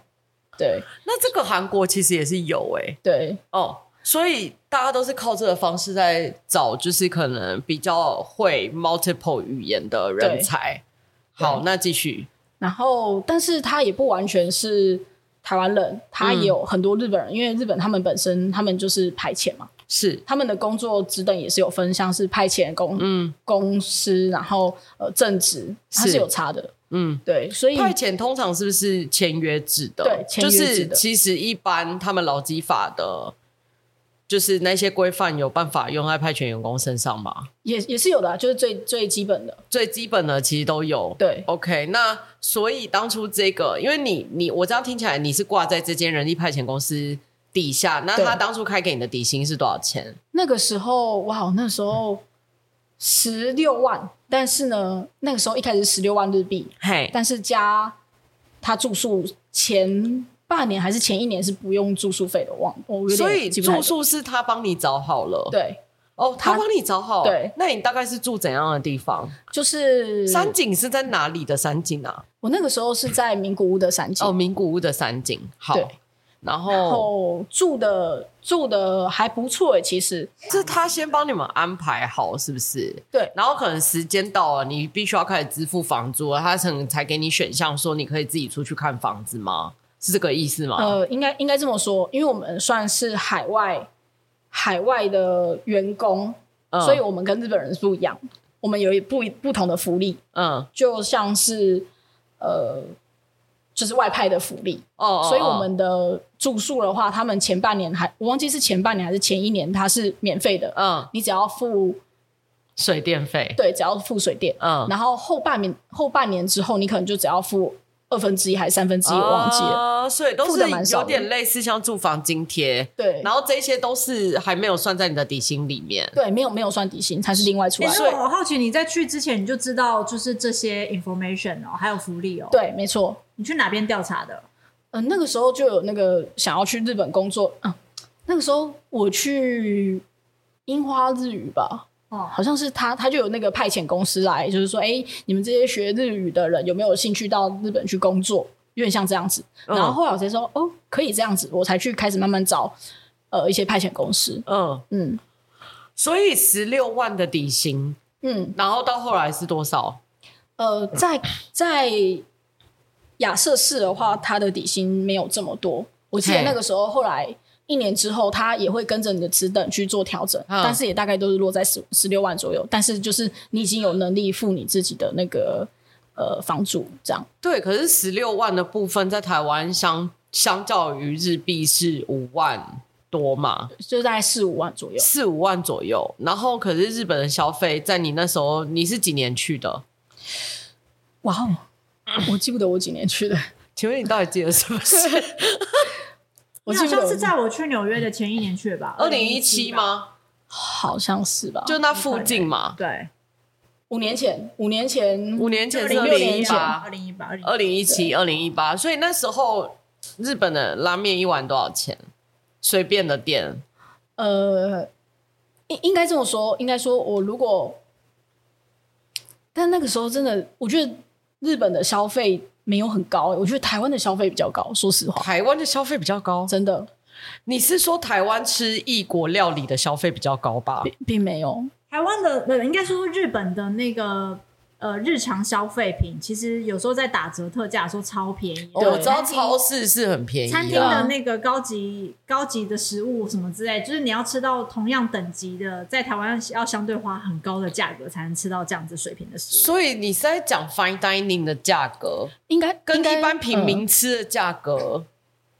S3: 对
S1: 那这个韩国其实也是有哎、
S3: 对，
S1: 哦，所以大家都是靠这个方式在找，就是可能比较会 multiple 语言的人才。好，那继续
S3: 然后但是它也不完全是台湾人，它也有很多日本人，因为日本他们本身他们就是排遣嘛，
S1: 是
S3: 他们的工作职等也是有分，像是派遣工、
S1: 嗯
S3: 公司，然后呃正职，它
S1: 是
S3: 是有差的。
S1: 嗯。
S3: 对，所以
S1: 派遣通常是不是签约制的？
S3: 哎对签约制的
S1: 就是其实一般他们劳基法的，就是那些规范有办法用在派遣员工身上吗？
S3: 也也是有的啊、就是最最基本的。
S1: 最基本的其实都有。
S3: 对，
S1: OK，那所以当初这个，因为你你我这样听起来你是挂在这间人力派遣公司底下，那
S3: 对
S1: 他当初开给你的底薪是多少钱？
S3: 那个时候哇，那时候十六万，但是呢，那个时候一开始十六万日币，
S1: 嘿，
S3: 但是加他住宿前半年还是前一年是不用住宿费的，忘我哦有点
S1: 所以
S3: 记不太
S1: 住
S3: 得
S1: 宿是他帮你找好了。，
S3: 对，
S1: 哦，他
S3: 他
S1: 帮你找好。
S3: 对，
S1: 那你大概是住怎样的地方？
S3: 就是
S1: 山景是在哪里的山景啊？
S3: 我那个时候是在名古屋的山景，
S1: 哦，名古屋的山景。好
S3: 对，
S1: 然
S3: 然
S1: 后
S3: 后住的住的还不错诶，欸其实
S1: 是他先帮你们安排好，是不是？
S3: 对
S1: 然后可能时间到了，你必须要开始支付房租了，他可能才给你选项说你可以自己出去看房子吗？是这个意思吗？
S3: 呃，应该应该这么说，因为我们算是海外海外的员工，
S1: 嗯
S3: 所以我们跟日本人是不一样，我们有一不一不同的福利，
S1: 嗯
S3: 就像是呃，就是外派的福利。
S1: 哦哦，
S3: 所以我
S1: 哦
S3: 们的住宿的话，他们前半年还我忘记是前半年还是前一年，它是免费的，
S1: 嗯
S3: 你只要付
S1: 水电费，
S3: 对，只要付水电，
S1: 嗯，
S3: 然后后半年后半年之后，你可能就只要付二分之一还是三分之一，我忘记了。
S1: 哦所以都
S3: 付
S1: 是
S3: 得蛮少
S1: 有
S3: 的
S1: 点类似像住房津贴，
S3: 对，
S1: 然后这些都是还没有算在你的底薪里面。
S3: 对，没有没有算底薪，它是另外出
S2: 其
S3: 来
S2: 实
S3: 的。
S2: 我好奇，你在去之前你就知道就是这些 information 哦，还有福利哦。，
S3: 对，没错。
S2: 你去哪边调查的？
S3: 嗯、那个时候就有那个想要去日本工作啊、那个时候我去樱花日语吧，
S2: 哦，
S3: 好像是他，他就有那个派遣公司来，就是说，哎，你们这些学日语的人有没有兴趣到日本去工作？有点像这样子。
S1: 嗯
S3: 然后后来我才说，哦，可以这样子，我才去开始慢慢找呃一些派遣公司。
S1: 嗯，
S3: 嗯
S1: 所以十六万的底薪，
S3: 嗯，
S1: 然后到后来是多少？
S3: 呃，在在亚瑟士的话，他的底薪没有这么多。我记得
S1: 嘿
S3: 那个时候，后来一年之后，他也会跟着你的职等去做调整，
S1: 嗯
S3: 但是也大概都是落在十十六万左右。但是就是你已经有能力付你自己的那个呃房租，这样
S1: 对，可是十六万的部分在台湾相相较于日币是五万多嘛，
S3: 就是大概四五万左右。
S1: 四五万左右。然后可是日本的消费，在你那时候你是几年去的？
S3: 哇哦！我记不得我几年去的，
S1: 请问你到底记得是不是
S3: 我
S2: 你
S3: 记
S2: 好像
S3: 不得我
S2: 是在我去纽约的前一年去的吧？
S1: <laughs> 嗯二零一七
S2: 吧？
S1: 吗？
S3: 好像是吧？
S1: 就那附近嘛，
S2: 对，
S3: 五年前，五年前
S1: 五嗯年前是
S3: 2016
S1: 二零一
S3: 年前
S1: 八
S2: 二，零一八，二零
S1: 二零一七、二零一八，所以那时候日本的拉面一碗多少钱？随便的店，
S3: 呃，应应该这么说，应该说我如果，但那个时候真的，我觉得日本的消费没有很高、我觉得台湾的消费比较高，说实话，
S1: 台湾的消费比较高，
S3: 真的。
S1: 你是说台湾吃异国料理的消费比较高吧？
S3: 并并没有，
S2: 台湾的呃，应该说日本的那个呃日常消费品，其实有时候在打折特价的时候超便宜的。
S1: 我知道
S2: 餐厅
S1: 超市是很便宜
S2: 餐厅
S1: 啊，
S2: 的那个高级高级的食物什么之类，就是你要吃到同样等级的，在台湾要相对花很高的价格才能吃到这样子水平的食物。
S1: 所以你是在讲 fine dining 的价格
S3: 应该
S1: 跟
S3: 应该
S1: 一般平
S3: 嗯
S1: 民吃的价格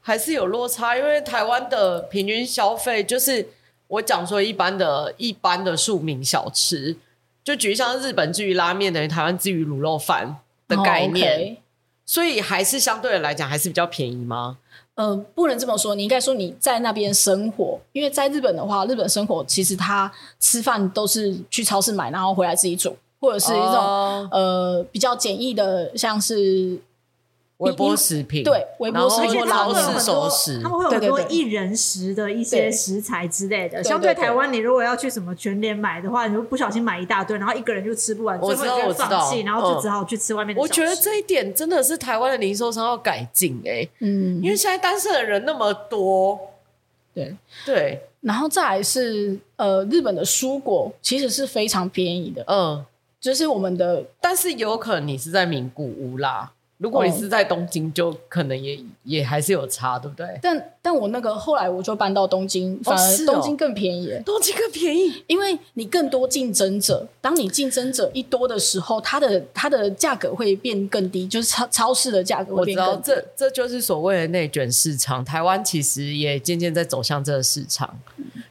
S1: 还是有落差，因为台湾的平均消费就是我讲说一般的一般的庶民小吃，就举像日本之于拉面等于台湾之于卤肉饭的概念，
S3: 哦，OK
S1: 所以还是相对来讲还是比较便宜吗？
S3: 呃，不能这么说，你应该说你在那边生活，因为在日本的话，日本生活其实他吃饭都是去超市买，然后回来自己煮，或者是一种、
S1: 哦
S3: 呃比较简易的，像是
S1: 微波食品
S3: 对微波食
S2: 而
S3: 品
S2: 且
S1: 然
S2: 他
S1: 后超
S2: 们会有
S1: 市
S2: 很
S1: 熟
S2: 多，
S1: 食
S2: 他，们会有很多
S3: 对对对
S2: 一人食的一些食材之类的。
S3: 对
S2: 相对
S3: 对对
S2: 台湾，你如果要去什么全联买的话，你就不小心买一大堆，然后一个人就吃不完，
S1: 我
S2: 最
S1: 知
S2: 后
S1: 道
S2: 你就会
S1: 我知道
S2: 放弃，然后就
S1: 嗯
S2: 只好去吃外面的
S1: 我
S2: 小
S1: 觉得
S2: 吃
S1: 这一点真的是台湾的零售商要改进哎、
S3: 嗯，
S1: 因为现在单身的人那么多，
S3: 对，
S1: 对，
S3: 然后再来是呃日本的蔬果其实是非常便宜的，
S1: 嗯，
S3: 就是我们的
S1: 但是有可能你是在名古屋啦，如果你是在东京，就可能也也还是有差，对不对？
S3: 但但我那个后来我就搬到东京，反
S1: 是
S3: 而
S1: 哦
S3: 东京更便宜、
S1: 东京更便宜，
S3: 因为你更多竞争者，当你竞争者一多的时候，它的它的价格会变更低，就是超超市的价格会
S1: 我知
S3: 变
S1: 道
S3: 更低。
S1: 这这就是所谓的内卷市场。台湾其实也渐渐在走向这个市场，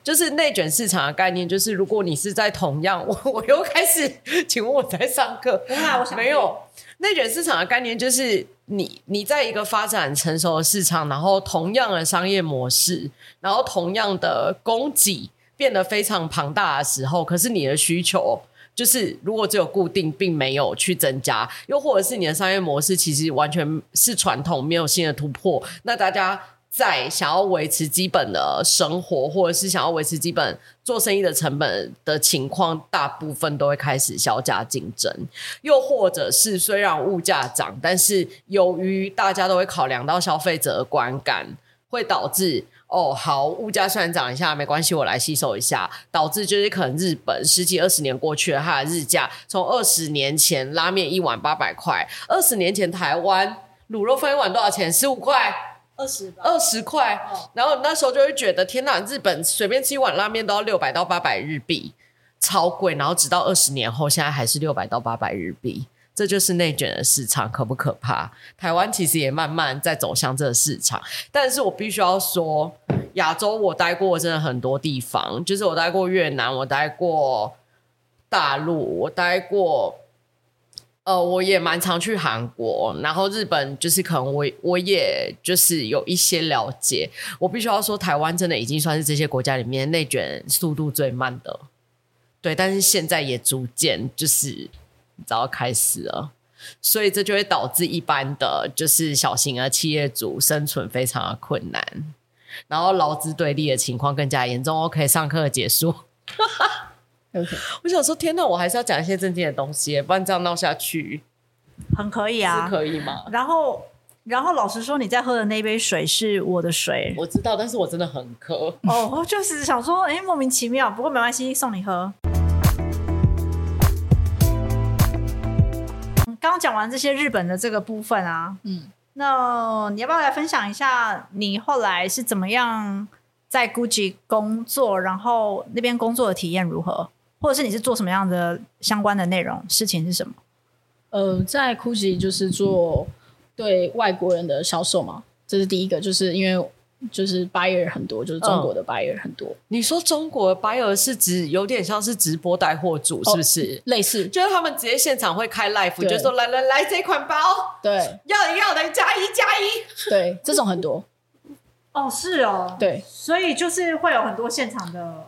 S1: 就是内卷市场的概念，就是如果你是在同样，我 <laughs> 我又开始，请问我在上课？
S2: 不会啊我想
S1: 没有内卷市场的概念，就是你你在一个发展成熟的市场，然后同样的商业模式，然后同样的供给变得非常庞大的时候，可是你的需求。就是如果只有固定，并没有去增加，又或者是你的商业模式其实完全是传统，没有新的突破，那大家在想要维持基本的生活，或者是想要维持基本做生意的成本的情况，大部分都会开始削价竞争。又或者是虽然物价涨，但是由于大家都会考量到消费者的观感，会导致哦，好，物价虽然涨一下没关系，我来吸收一下，导致就是可能日本十几二十年过去了，它的日价从二十年前拉面一碗八百块，二十年前台湾卤肉饭一碗多少钱？十五块。
S2: 二十吧。哦
S1: 二十块，然后你那时候就会觉得天哪，日本随便吃一碗拉面都要六百到八百日币，超贵。然后直到二十年后，现在还是六百到八百日币，这就是内卷的市场，可不可怕？台湾其实也慢慢在走向这个市场，但是我必须要说，亚洲我待过真的很多地方，就是我待过越南，我待过大陆，我待过。呃，我也蛮常去韩国，然后日本就是可能我我也就是有一些了解。我必须要说，台湾真的已经算是这些国家里面内卷速度最慢的，对。但是现在也逐渐就是你知道开始了，所以这就会导致一般的就是小型的企业主生存非常的困难，然后劳资对立的情况更加严重。OK，上课结束。
S3: OK，
S1: <laughs> 我想说，天呐，我还是要讲一些正经的东西，不然这样闹下去
S2: 很可以
S1: 是
S2: 啊。
S1: 可以吗？
S2: 然后，然后老实说，你在喝的那杯水是我的水。
S1: 我知道，但是我真的很渴。
S2: <laughs> 哦，我就是想说，哎，莫名其妙，不过没关系，送你喝。嗯刚刚讲完这些日本的这个部分啊，
S3: 嗯，
S2: 那你要不要来分享一下你后来是怎么样在 GUCCI 工作，然后那边工作的体验如何，或者是你是做什么样的相关的内容，事情是什么？
S3: 呃，在 GUCCI 就是做对外国人的销售嘛，这是第一个，就是因为就是 buyer 很多，就是
S1: 嗯
S3: 中国的 buyer 很多，
S1: 你说中国的 buyer 是指有点像是直播带货主，是不是？
S3: 类似
S1: 就是他们直接现场会开 live，
S3: 哦对
S1: 就说来来来，这款包
S3: 对
S1: 要的要的加一加一。
S3: 对，这种很多，
S2: 哦，是哦，
S3: 对
S2: 所以就是会有很多现场的。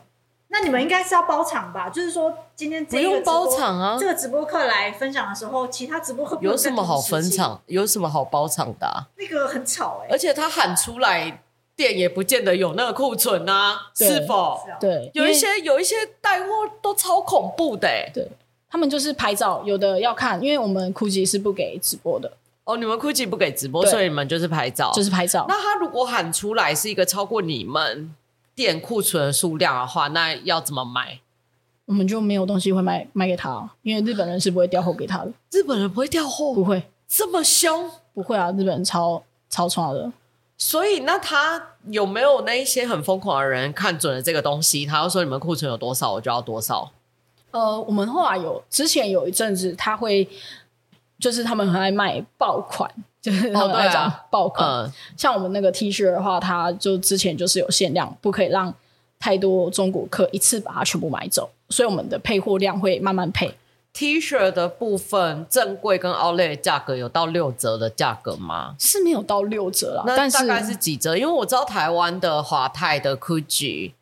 S2: 那你们应该是要包场吧？就是说今天这
S1: 不
S2: 一个
S1: 用
S2: 直播
S1: 包场啊
S2: 这个直播课来分享的时候，其他直播课不能
S1: 有什么好分
S2: 在同时
S1: 场？有什么好包场的、啊？
S2: 进行？那个很吵哎、
S1: 而且他喊出来，店也不见得有那个库存啊，
S3: 对
S1: 是否
S2: 是？啊
S3: 对，因
S1: 有
S3: 为
S1: 一些有一些带货都超恐怖的、欸，
S3: 对他们就是拍照，有的要看，因为我们 GUCCI 是不给直播的，
S1: 哦，你们 Gucci 不给直播，
S3: 对
S1: 所以你们就是拍照，
S3: 就是拍照。
S1: 那他如果喊出来是一个超过你们店库存的数量的话，那要怎么买？
S3: 我们就没有东西会卖卖给他、啊，因为日本人是不会调货给他的，
S1: 日本人不会掉货，
S3: 不会，
S1: 这么凶，
S3: 不会啊，日本人超超爽的。
S1: 所以那他有没有那一些很疯狂的人看准了这个东西，他要说你们库存有多少，我就要多少？
S3: 呃，我们后来有之前有一阵子，他会就是他们很爱卖爆款，就是他们
S1: 对啊
S3: 爱讲爆款。
S1: 嗯，
S3: 像我们那个 T 恤的话，它就之前就是有限量，不可以让太多中国客一次把它全部买走，所以我们的配货量会慢慢配。
S1: T 恤的部分，正柜跟 Outlet 的价格有到六折的价格吗？
S3: 是没有到六折啦，
S1: 那
S3: 但
S1: 大概是几折？因为我知道台湾的华泰的 Gucci，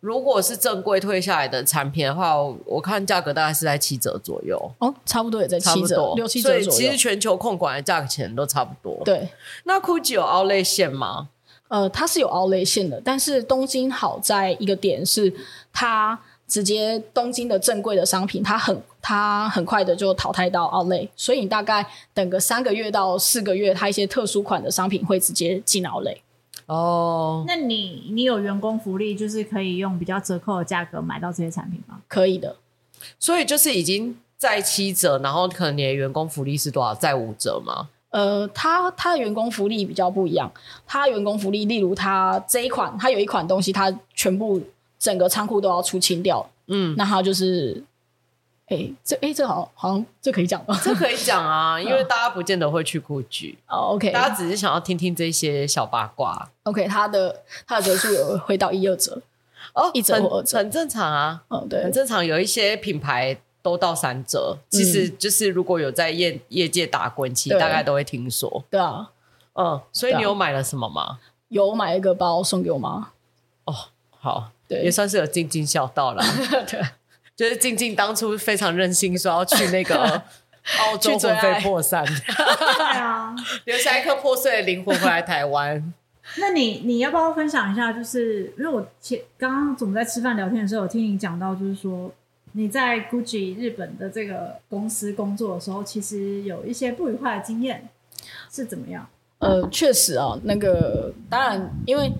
S1: 如果是正柜退下来的产品的话，我我看价格大概是在七折左右，
S3: 哦，差不多也在
S1: 差
S3: 七
S1: 不
S3: 折
S1: 多，
S3: 六七
S1: 所
S3: 折
S1: 以
S3: 左
S1: 其
S3: 右
S1: 实。全球控管的价钱都差不多。，
S3: 对，
S1: 那 Gucci 有 Outlet 线吗？
S3: 呃，它是有 outlet 线的，但是东京好在一个点是它。直接东京的正规的商品，它很它很快的就淘汰到 outlet，所以你大概等个三个月到四个月，它一些特殊款的商品会直接进 outlet。
S1: 哦，
S2: 那你你有员工福利，就是可以用比较折扣的价格买到这些产品吗？
S3: 可以的，
S1: 所以就是已经在七折，然后可能你的员工福利是多少？在五折
S3: <laughs>
S1: 吗？
S3: 呃，它它的员工福利比较不一样，它员工福利，例如它这一款，它有一款东西，它全部整个仓库都要出清掉，
S1: 嗯，
S3: 那它就是，哎、这哎、这好好像这可以讲吧？
S1: 这可以讲啊，因为大家不见得会去 Gucci。
S3: <laughs> 哦，OK，
S1: 大家只是想要听听这些小八卦
S3: OK，它的它的折数有会到一二折，
S1: 哦
S3: 一折
S1: 很
S3: 或二折
S1: 很正常啊，
S3: 嗯，
S1: 很
S3: 对，
S1: 正常。有一些品牌都到三折，其实就是如果有在业业界打滚，其实
S3: 嗯对
S1: 大概都会听说。
S3: 对啊，
S1: 嗯，所以
S3: 对啊
S1: 你有买了什么吗？
S3: 有买一个包送给我妈，
S1: 哦，好，
S3: 对
S1: 也算是有尽尽孝道啦。
S3: <laughs> 对，
S1: 就是静静当初非常任性，说要去那
S3: <laughs>
S1: 个澳洲
S3: 去追
S1: 魂飞
S3: 爱
S1: 魄散，
S2: 对啊，
S1: 留下一颗破碎的灵魂回来台 <laughs> 湾。
S2: <laughs> 那你你要不要分享一下？就是因为我前刚刚总在吃饭聊天的时候，有听你讲到，就是说你在 GUCCI 日本的这个公司工作的时候，其实有一些不愉快的经验，是怎么样？
S3: 呃，确实啊，那个当然，因为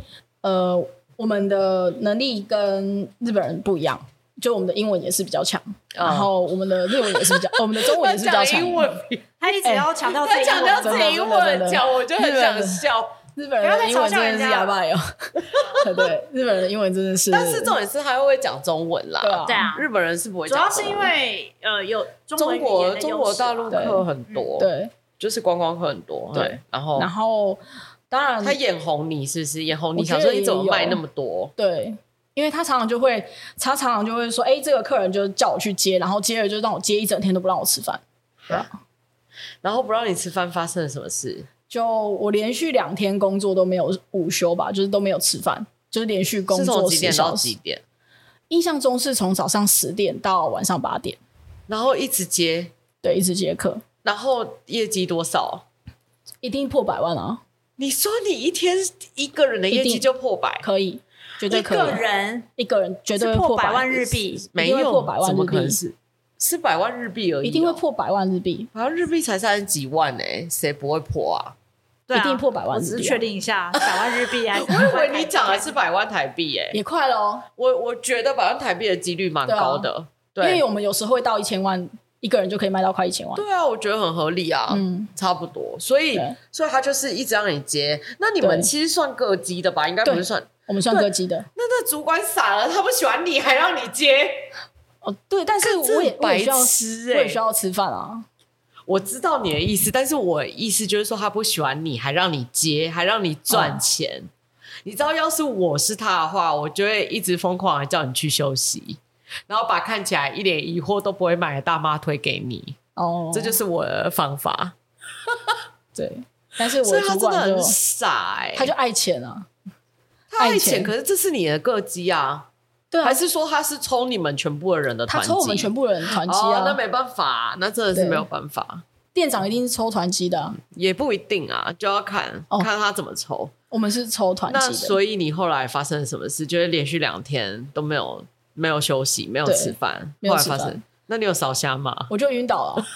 S3: 呃，我们的能力跟日本人不一样，就我们的英文也是比较强，
S1: 嗯
S3: 然后我们的日文也是比
S1: <laughs>
S3: 较，我们的中文也是比较强。
S1: 英文，
S2: 他一直要强调
S3: 哦
S1: 哎他强调
S3: 自
S1: 自
S3: 己
S1: 己
S3: 英
S1: 英
S3: 文真的真的
S1: 文讲，我就很想笑。
S3: 日本人的英文真的是哑巴哟，哦 <laughs> 对，日本人的英文真的是，
S1: 但是重点是他会讲中文啦，
S3: 对啊，
S2: 对啊
S1: 日本人是不会
S2: 主
S1: 讲中文，
S2: 要是因为呃有中
S1: 中国
S2: 文语言的优势啊
S1: 中国大陆
S3: 对
S1: 客很多，，
S3: 对，
S1: 就是观光客很多，
S3: 对
S1: 对，然后
S3: 然后当然
S1: 他眼红你是不是？眼红你
S3: 我觉
S1: 想
S3: 得
S1: 说你怎么
S3: 也有
S1: 卖那么多？
S3: 对，因为他常常就会，他常常就会说，哎、这个客人就叫我去接，然后接了就让我接一整天都不让我吃饭，对啊。
S1: 然后不让你吃饭，发生了什么事？
S3: 就我连续两天工作都没有午休吧，就是都没有吃饭，就是连续工
S1: 是从
S3: 作
S1: 几
S3: 十
S1: 点到
S3: 小
S1: 几
S3: 时。
S1: 点？
S3: 印象中是从早上十点到晚上八点，
S1: 然后一直接，
S3: 对，一直接客，
S1: 然后业绩多少？
S3: 一定破百万啊，
S1: 你说你一天一个人的业
S3: 一
S1: 绩
S3: 定
S1: 就破百，
S3: 可以，绝对
S2: 一
S3: 可以，
S2: 个人
S3: 一个人绝对
S2: 是
S3: 会
S2: 破
S3: 百
S2: 百万日，币，
S1: 没
S3: 一定会
S1: 有
S3: 破百万
S1: 怎么可能
S3: 日币
S1: 是是百万日币而已哦、
S3: 一定会破百万日币，
S1: 好像日币才三十几万呢、谁不会破
S3: <laughs>
S1: 啊？
S2: 对啊
S3: 一定破百万
S2: 我
S3: 日币啊
S2: 只是确定一下百万日币啊还
S1: <laughs>
S2: 是
S1: 我以为你讲
S2: <laughs>
S1: 的是百万台币耶、
S3: 也快喽，
S1: 我我觉得百万台币的几率蛮高的，
S3: 啊因
S1: 对
S3: 为我们有时候会到一千万，一个人就可以卖到快一千万，
S1: 对啊，我觉得很合理啊，
S3: 嗯，
S1: 差不多。所以
S3: 对
S1: 所以他就是一直让你接，那你们
S3: 对
S1: 其实算各机的吧？应该不
S3: 对
S1: 是算。
S3: 我们算歌姬的
S1: 那那主管傻了，他不喜欢你还让你接，
S3: 哦，对，但是
S1: 这
S3: 我也
S1: 很
S3: 我也
S1: 白
S3: 需要，
S1: 痴
S3: 我
S1: 哎、
S3: 也需要吃饭啊，
S1: 我知道你的意思，但是我意思就是说，他不喜欢你，还让你接，还让你赚钱。你知道，要是我是他的话，我就会一直疯狂的叫你去休息，然后把看起来一脸疑惑都不会买的大妈推给你，
S3: 哦，
S1: 这就是我的方法。
S3: 对，但是我
S1: 所
S3: 的
S1: 以他
S3: 主
S1: 真的
S3: 管就
S1: 很傻哎、
S3: 他就爱钱啊。
S1: 他爱
S3: 爱
S1: 钱，
S3: 钱
S1: 可是这是你的个机啊，
S3: 对啊，
S1: 还是说他是抽你们全部的人的
S3: 他
S1: 团
S3: 抽我们
S1: 绩
S3: 全部人团机
S1: 哦，
S3: 啊？
S1: 那没办法、那真的是
S3: 对
S1: 没有办法，
S3: 店长一定是抽团机的啊、
S1: 也不一定啊，就要看、
S3: 哦
S1: 看他怎么抽。
S3: 我们是抽团
S1: 那
S3: 机的。
S1: 所以你后来发生了什么事？就是连续两天都没有没有休息，没有
S3: 对
S1: 吃饭，
S3: 没有
S1: 后来
S3: 吃
S1: 发
S3: 饭 <laughs>
S1: 生。那你有烧虾吗？ <laughs>
S3: 我就晕倒了，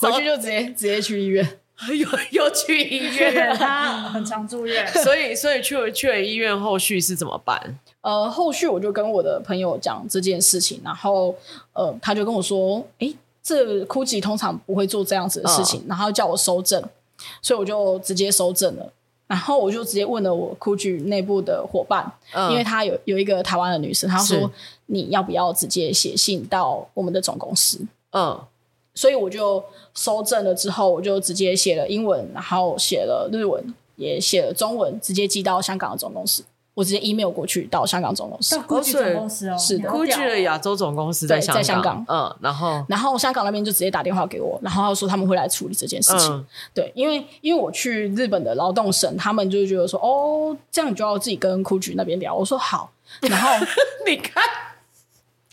S3: 回去就直接直接去医院。
S1: 又又去医院，
S2: 他 <laughs> 很常住院。
S1: <laughs> 所以所以去了去了医院，后续是怎么办？
S3: 呃，后续我就跟我的朋友讲这件事情，然后呃，他就跟我说，诶，这 Gucci 通常不会做这样子的事
S1: 嗯
S3: 情，然后叫我收证，所以我就直接收证了。然后我就直接问了我 Gucci 内部的伙伴，
S1: 嗯
S3: 因为他有有一个台湾的女生，她
S1: 是
S3: 说你要不要直接写信到我们的总公司？
S1: 嗯
S3: 所以我就收证了之后，我就直接写了英文，然后写了日文，也写了中文，直接寄到香港的总公司。我直接 email 过去到香港总公司
S2: 到，估计总公司哦，
S3: 是的
S2: 你好屌
S1: Gucci
S2: 哦
S1: 的亚洲总公司
S3: 对
S1: 香
S3: 在香港
S1: 嗯，然后
S3: 然后香港那边就直接打电话给我，然后他说他们会来处理这件事情。
S1: 嗯
S3: 对，因为因为我去日本的劳动省，他们就觉得说，哦，这样你就要自己跟库局那边聊。我说好，然后
S1: <laughs> 你看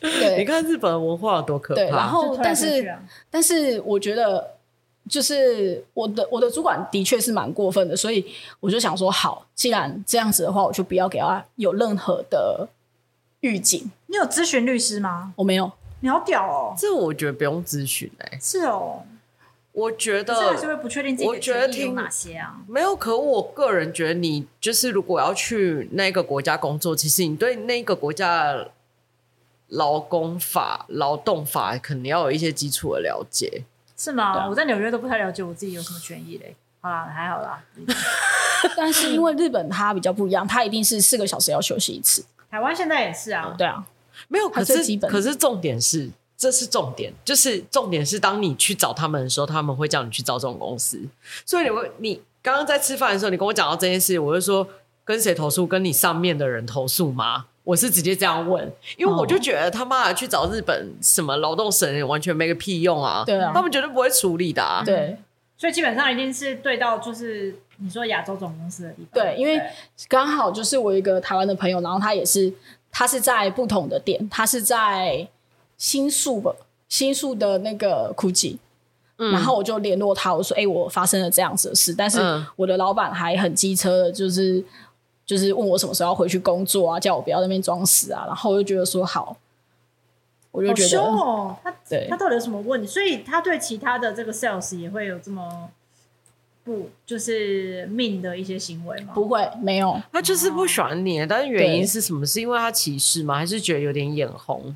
S1: 你
S3: 对
S1: 看日本的文化有多可怕，
S3: 对，然后
S2: 就突然
S3: 但
S2: 出去
S3: 是
S2: 啊
S3: 但是我觉得。就是我的我的主管的确是蛮过分的，所以我就想说，好，既然这样子的话，我就不要给他有任何的预警。
S2: 你有咨询律师吗？
S3: 我没有，
S2: 你好屌哦，
S1: 这我觉得不用咨询哎，
S2: 是哦，
S1: 我觉
S3: 呃
S2: 可是还是会
S1: 得。
S2: 不确定自己
S1: 我
S2: 的
S1: 觉得
S2: 权益有
S1: 听
S2: 哪些啊？
S1: 没有，可我个人觉得你就是如果要去那个国家工作，其实你对那个国家的劳工法、劳动法，肯定要有一些基础的了解。
S2: 是
S3: 对
S2: 吗？
S3: 啊
S2: 我在纽约都不太了解我自己有什么权益嘞。好啦，还好
S3: <laughs>
S2: 啦。
S3: 但是因为日本它比较不一样，它一定是四个小时要休息一次。
S2: 台湾现在也是啊，
S3: 对啊，
S1: 没有，
S3: 它
S1: 可
S3: 最
S1: 是
S3: 基本
S1: 可是重点是，这是重点，就是重点是，当你去找他们的时候，他们会叫你去找这种公司。所以你会，你刚刚在吃饭的时候，你跟我讲到这件事，我就说跟谁投诉？跟你上面的人投诉吗？我是直接这样问，因为我
S3: 哦
S1: 就觉得他妈的去找日本什么劳动省完全没个屁用啊！
S3: 对啊
S1: <laughs> 他们绝对不会处理的啊！
S3: 对。
S2: 所以基本上一定是对到就是你说亚洲总公司的地方。
S3: 对，因为
S2: 对
S3: 刚好就是我有一个台湾的朋友，然后他也是，他是在不同的店，他是在新宿吧，新宿的那个酷记，
S2: 嗯
S3: 然后我就联络他，我说，哎、我发生了这样子的事，但是
S1: 嗯
S3: 我的老板还很机车的，就是就是问我什么时候要回去工作啊，叫我不要在那边装死啊，然后我就觉得说好，我就
S2: 好
S3: 觉
S2: 凶
S3: 得、 <laughs>
S2: 哦，他
S3: 对
S2: 他到底有什么问题？所以他对其他的这个 sales 也会有这么不就是命的一些行为吗？
S3: 不会没有，
S1: 他就是不喜欢你，但是原因是什么？是因为他歧视吗？还是觉得有点眼红？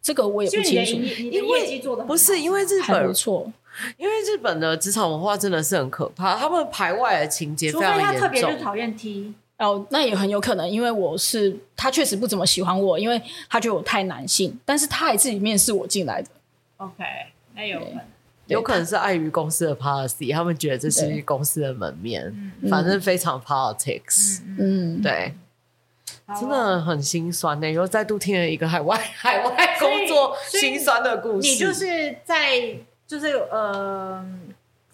S3: 这个我也
S2: 所
S3: 不
S2: 以你的
S3: 清楚，
S2: 营你的
S1: 因为
S2: 业绩做的
S1: 不是因为日
S3: 还
S1: 本
S3: 不错，
S1: 因为日本的职场文化真的是很可怕，他们排外的情节
S2: 除
S1: 非
S2: 非
S1: 常
S2: 他
S1: 严
S2: 特别就是
S1: 重。
S2: 讨厌 T，
S3: 哦，那也很有可能，因为我是他确实不怎么喜欢我，因为他觉得我太男性，但是他也自己面试我进来的，
S2: OK，那哎有可能。
S3: 对
S1: 有可能是碍于公司的 policy，他们觉得这是
S3: 对
S1: 公司的门面，
S2: 嗯
S1: 反正非常 politics。
S2: 嗯
S3: 嗯，
S1: 对，
S2: 嗯，
S1: 真
S2: 好啊。
S1: 的很心酸呢、又再度听了一个海外 <laughs> 海外工作
S2: 所以所以
S1: 心酸的故事。
S2: 你就是在就是呃，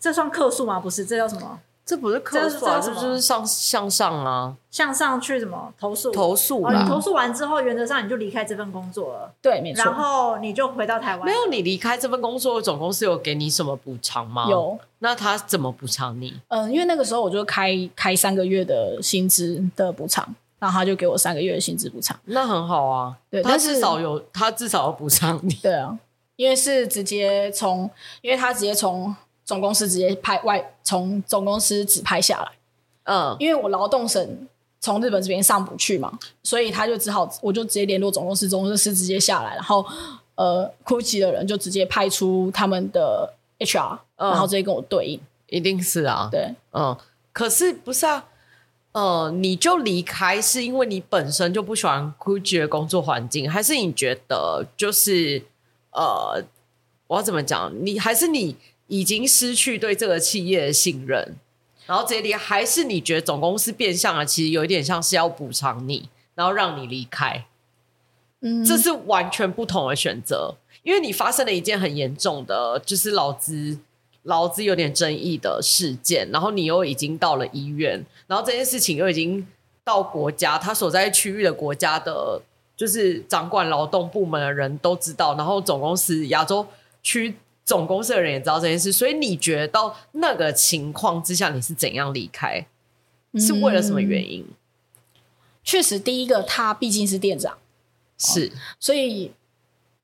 S2: 这算客诉吗？不是，这叫什么？
S1: 这不是客诉啊，
S2: 这
S1: 这
S2: 是这是什么
S1: 就是上向上啊，
S2: 向上去什么投诉？
S1: 投诉啊
S2: 哦，你
S1: 啦。
S2: 投诉完之后，原则上你就离开这份工作了，
S3: 对，没
S2: 然
S3: 错，
S2: 后你就回到台湾。
S1: 没有，你离开这份工作，总公司有给你什么补偿吗？。
S3: 有，
S1: 那他怎么补偿你？
S3: 嗯、因为那个时候我就开开三个月的薪资的补偿，然后他就给我三个月的薪资补偿，
S1: 那很好啊，
S3: 对
S1: 他
S3: 但是
S1: 至少有，他至少有补偿你。
S3: 对啊，因为是直接从，因为他直接从总公司直接派外，从总公司指派下来。
S1: 嗯，
S3: 因为我劳动省从日本这边上不去嘛，所以他就只好我就直接联络总公司，总公司直接下来，然后呃，GUCCI 的人就直接派出他们的 HR，、
S1: 嗯
S3: 然后直接跟我对应。
S1: 一定是啊，
S3: 对，
S1: 嗯，可是不是啊？呃，你就离开是因为你本身就不喜欢 Gucci 的工作环境，还是你觉得就是呃，我要怎么讲？你还是你已经失去对这个企业的信任，然后直接离开，还是你觉得总公司变相了，其实有一点像是要补偿你，然后让你离开？
S3: 嗯，
S1: 这是完全不同的选择，因为你发生了一件很严重的，就是劳资劳资有点争议的事件，然后你又已经到了医院，然后这件事情又已经到国家，他所在区域的国家的，就是掌管劳动部门的人都知道，然后总公司亚洲区总公司的人也知道这件事，所以你觉得到那个情况之下，你是怎样离开？是为了什么原因？
S3: 确实第一个他毕竟是店长，
S1: 是
S3: 所以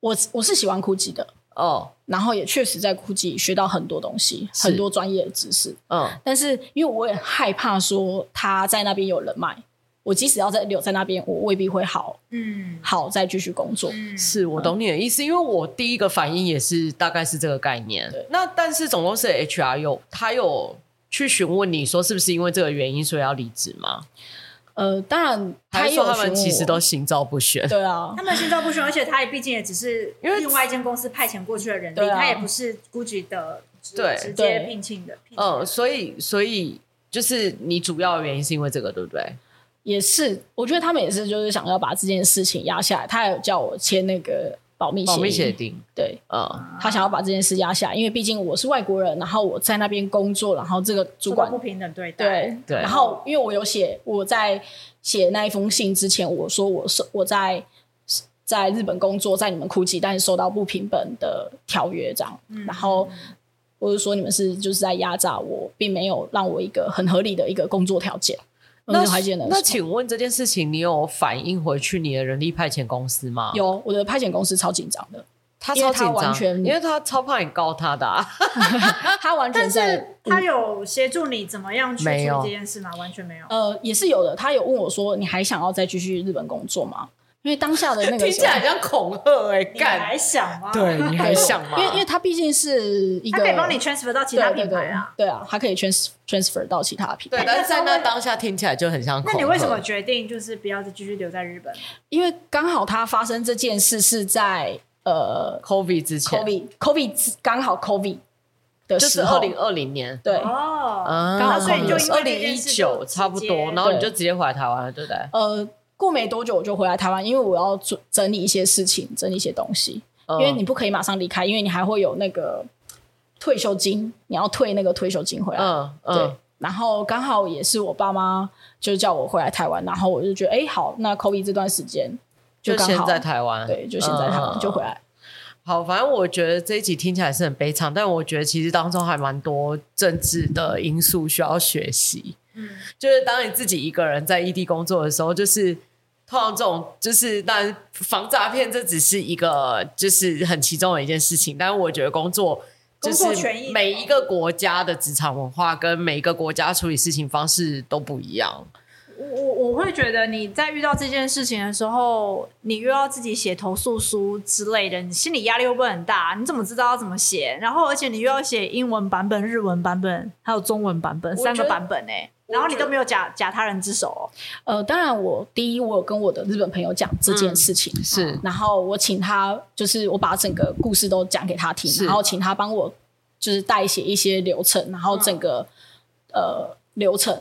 S3: 我我是喜欢 GUCCI 的，
S1: 哦，
S3: 然后也确实在 GUCCI 学到很多东西，
S1: 是
S3: 很多专业的知识。
S1: 嗯，
S3: 但是因为我也害怕说他在那边有人脉，我即使要在留在那边，我未必会好
S2: 嗯
S3: 好再继续工作。
S2: 嗯
S1: 是我懂你的意思，因为我第一个反应也是大概是这个概念
S3: 对。
S1: 那但是总公司的 HR 有他有去询问你说是不是因为这个原因所以要离职吗？
S3: 呃，当然他
S1: 还
S3: 也
S1: 是
S3: 有
S1: 说他们
S3: 询问
S1: 其实
S3: 我
S1: 都心照不宣？
S3: 对啊
S2: 他，们心照不宣，而且他也毕竟也只是
S1: 因为
S2: 另外一间公司派遣过去的人力，
S3: 对啊
S2: 他也不是 GUCCI 的直
S1: 对
S2: 直接
S3: 对呃
S2: 聘请的。聘请的
S1: 嗯，所以所以就是你主要的原因是因为这个，对不对？
S3: 也是，我觉得他们也是就是想要把这件事情压下来，他还有叫我签那个保密协议，
S1: 保密哦协定，
S3: 对。
S1: 嗯，
S3: 他想要把这件事压下来，因为毕竟我是外国人，然后我在那边工作，然后这个主
S2: 受
S3: 管
S2: 到不平等对待，
S3: 对
S1: 对
S3: 然后因为我有写，我在写那一封信之前，我说我是我在在日本工作，在你们哭泣，但是受到不平等的条约这样，然后。我就说你们是就是在压榨我，并没有让我一个很合理的一个工作条件。
S1: 那
S3: 我还记得
S1: 那请问这件事情，你有反映回去你的人力派遣公司吗？，
S3: 有我的派遣公司超紧张的，
S1: 他
S3: 因
S1: 超
S3: 为
S1: 紧
S3: 他完
S1: 张，
S3: 全
S1: 因为他超怕你告他的、啊。
S3: 他完全嗯
S2: 但
S3: 在
S2: 是他有协助你怎么样去处
S1: 没
S2: 理
S1: 有
S2: 这件事吗？完全没有。
S3: 呃也是有的。他有问我说：“你还想要再继续日本工作吗？”因为当下的那个
S1: <laughs> 听起来很像恐吓哎、
S2: 你
S1: 干，
S2: 还想吗？
S1: 对，你还想
S3: 因
S1: 吗？
S3: 为因为他毕竟是一
S2: 他
S3: 个，
S2: 可以帮你 transfer 到其他
S3: 对
S2: 品牌啊。
S3: 对对对啊，他可以 trans transfer 到其他品
S1: 对，
S3: 牌。
S1: 但是在那当下听起来就很像恐
S2: 那
S1: 吓。
S2: 你为什么决定就是不要再继续留在日本？
S3: 因为刚好他发生这件事是在呃
S1: COVID 之前
S3: COVID COVID 之刚好 COVID 的
S1: 就是
S3: 时
S1: 二
S3: 候，
S1: 零二零年，
S3: 对，
S2: 哦，
S1: 啊，
S3: 刚好
S1: 所
S3: 所
S1: 以
S3: 以
S1: 就
S3: 就
S2: 因
S1: 二
S2: 为
S1: 零
S2: 这
S1: 一
S2: 件事
S1: 九
S2: 就
S1: 差不
S2: 直接
S1: 多，然后你
S3: 对
S1: 就直接回来台湾了，对不对？
S3: 呃，过没多久我就回来台湾，因为我要整整理一些事情，整理一些东西，因
S1: 嗯
S3: 为你不可以马上离开，因为你还会有那个退休金，你要退那个退休金回来。
S1: 嗯
S3: 对
S1: 嗯，，
S3: 然后刚好也是我爸妈就叫我回来台湾，然后我就觉得，哎，好，那 COVID 这段时间
S1: 就
S3: 刚
S1: 先
S3: 好
S1: 在台湾，
S3: 对，就现在台
S1: 嗯
S3: 湾
S1: 嗯
S3: 就回来。
S1: 好，反正我觉得这一集听起来是很悲惨，但我觉得其实当中还蛮多政治的因素需要学习。
S2: 嗯
S1: 就是当你自己一个人在异地工作的时候，就是通常这种就是，但防诈骗这只是一个就是很其中的一件事情，但是我觉得工作。就
S2: 工
S1: 是
S2: 作权益
S1: 每一个国家的职场文化跟每一个国家处理事情方式都不一样，
S2: 我我我会觉得你在遇到这件事情的时候，你又要自己写投诉书之类的，你心理压力会不会很大？你怎么知道要怎么写？然后而且你又要写英文版本、日文版本，还有中文版本
S1: 觉得
S2: 三个版本呢、然后你都没有假假他人之手、哦，
S1: 嗯
S3: 呃，当然我第一，我有跟我的日本朋友讲这件事情，
S1: 是
S3: 然后我请他，就是我把整个故事都讲给他听，
S1: 是
S3: 然后请他帮我就是代写一些流程，然后整
S1: 嗯
S3: 个、呃流程，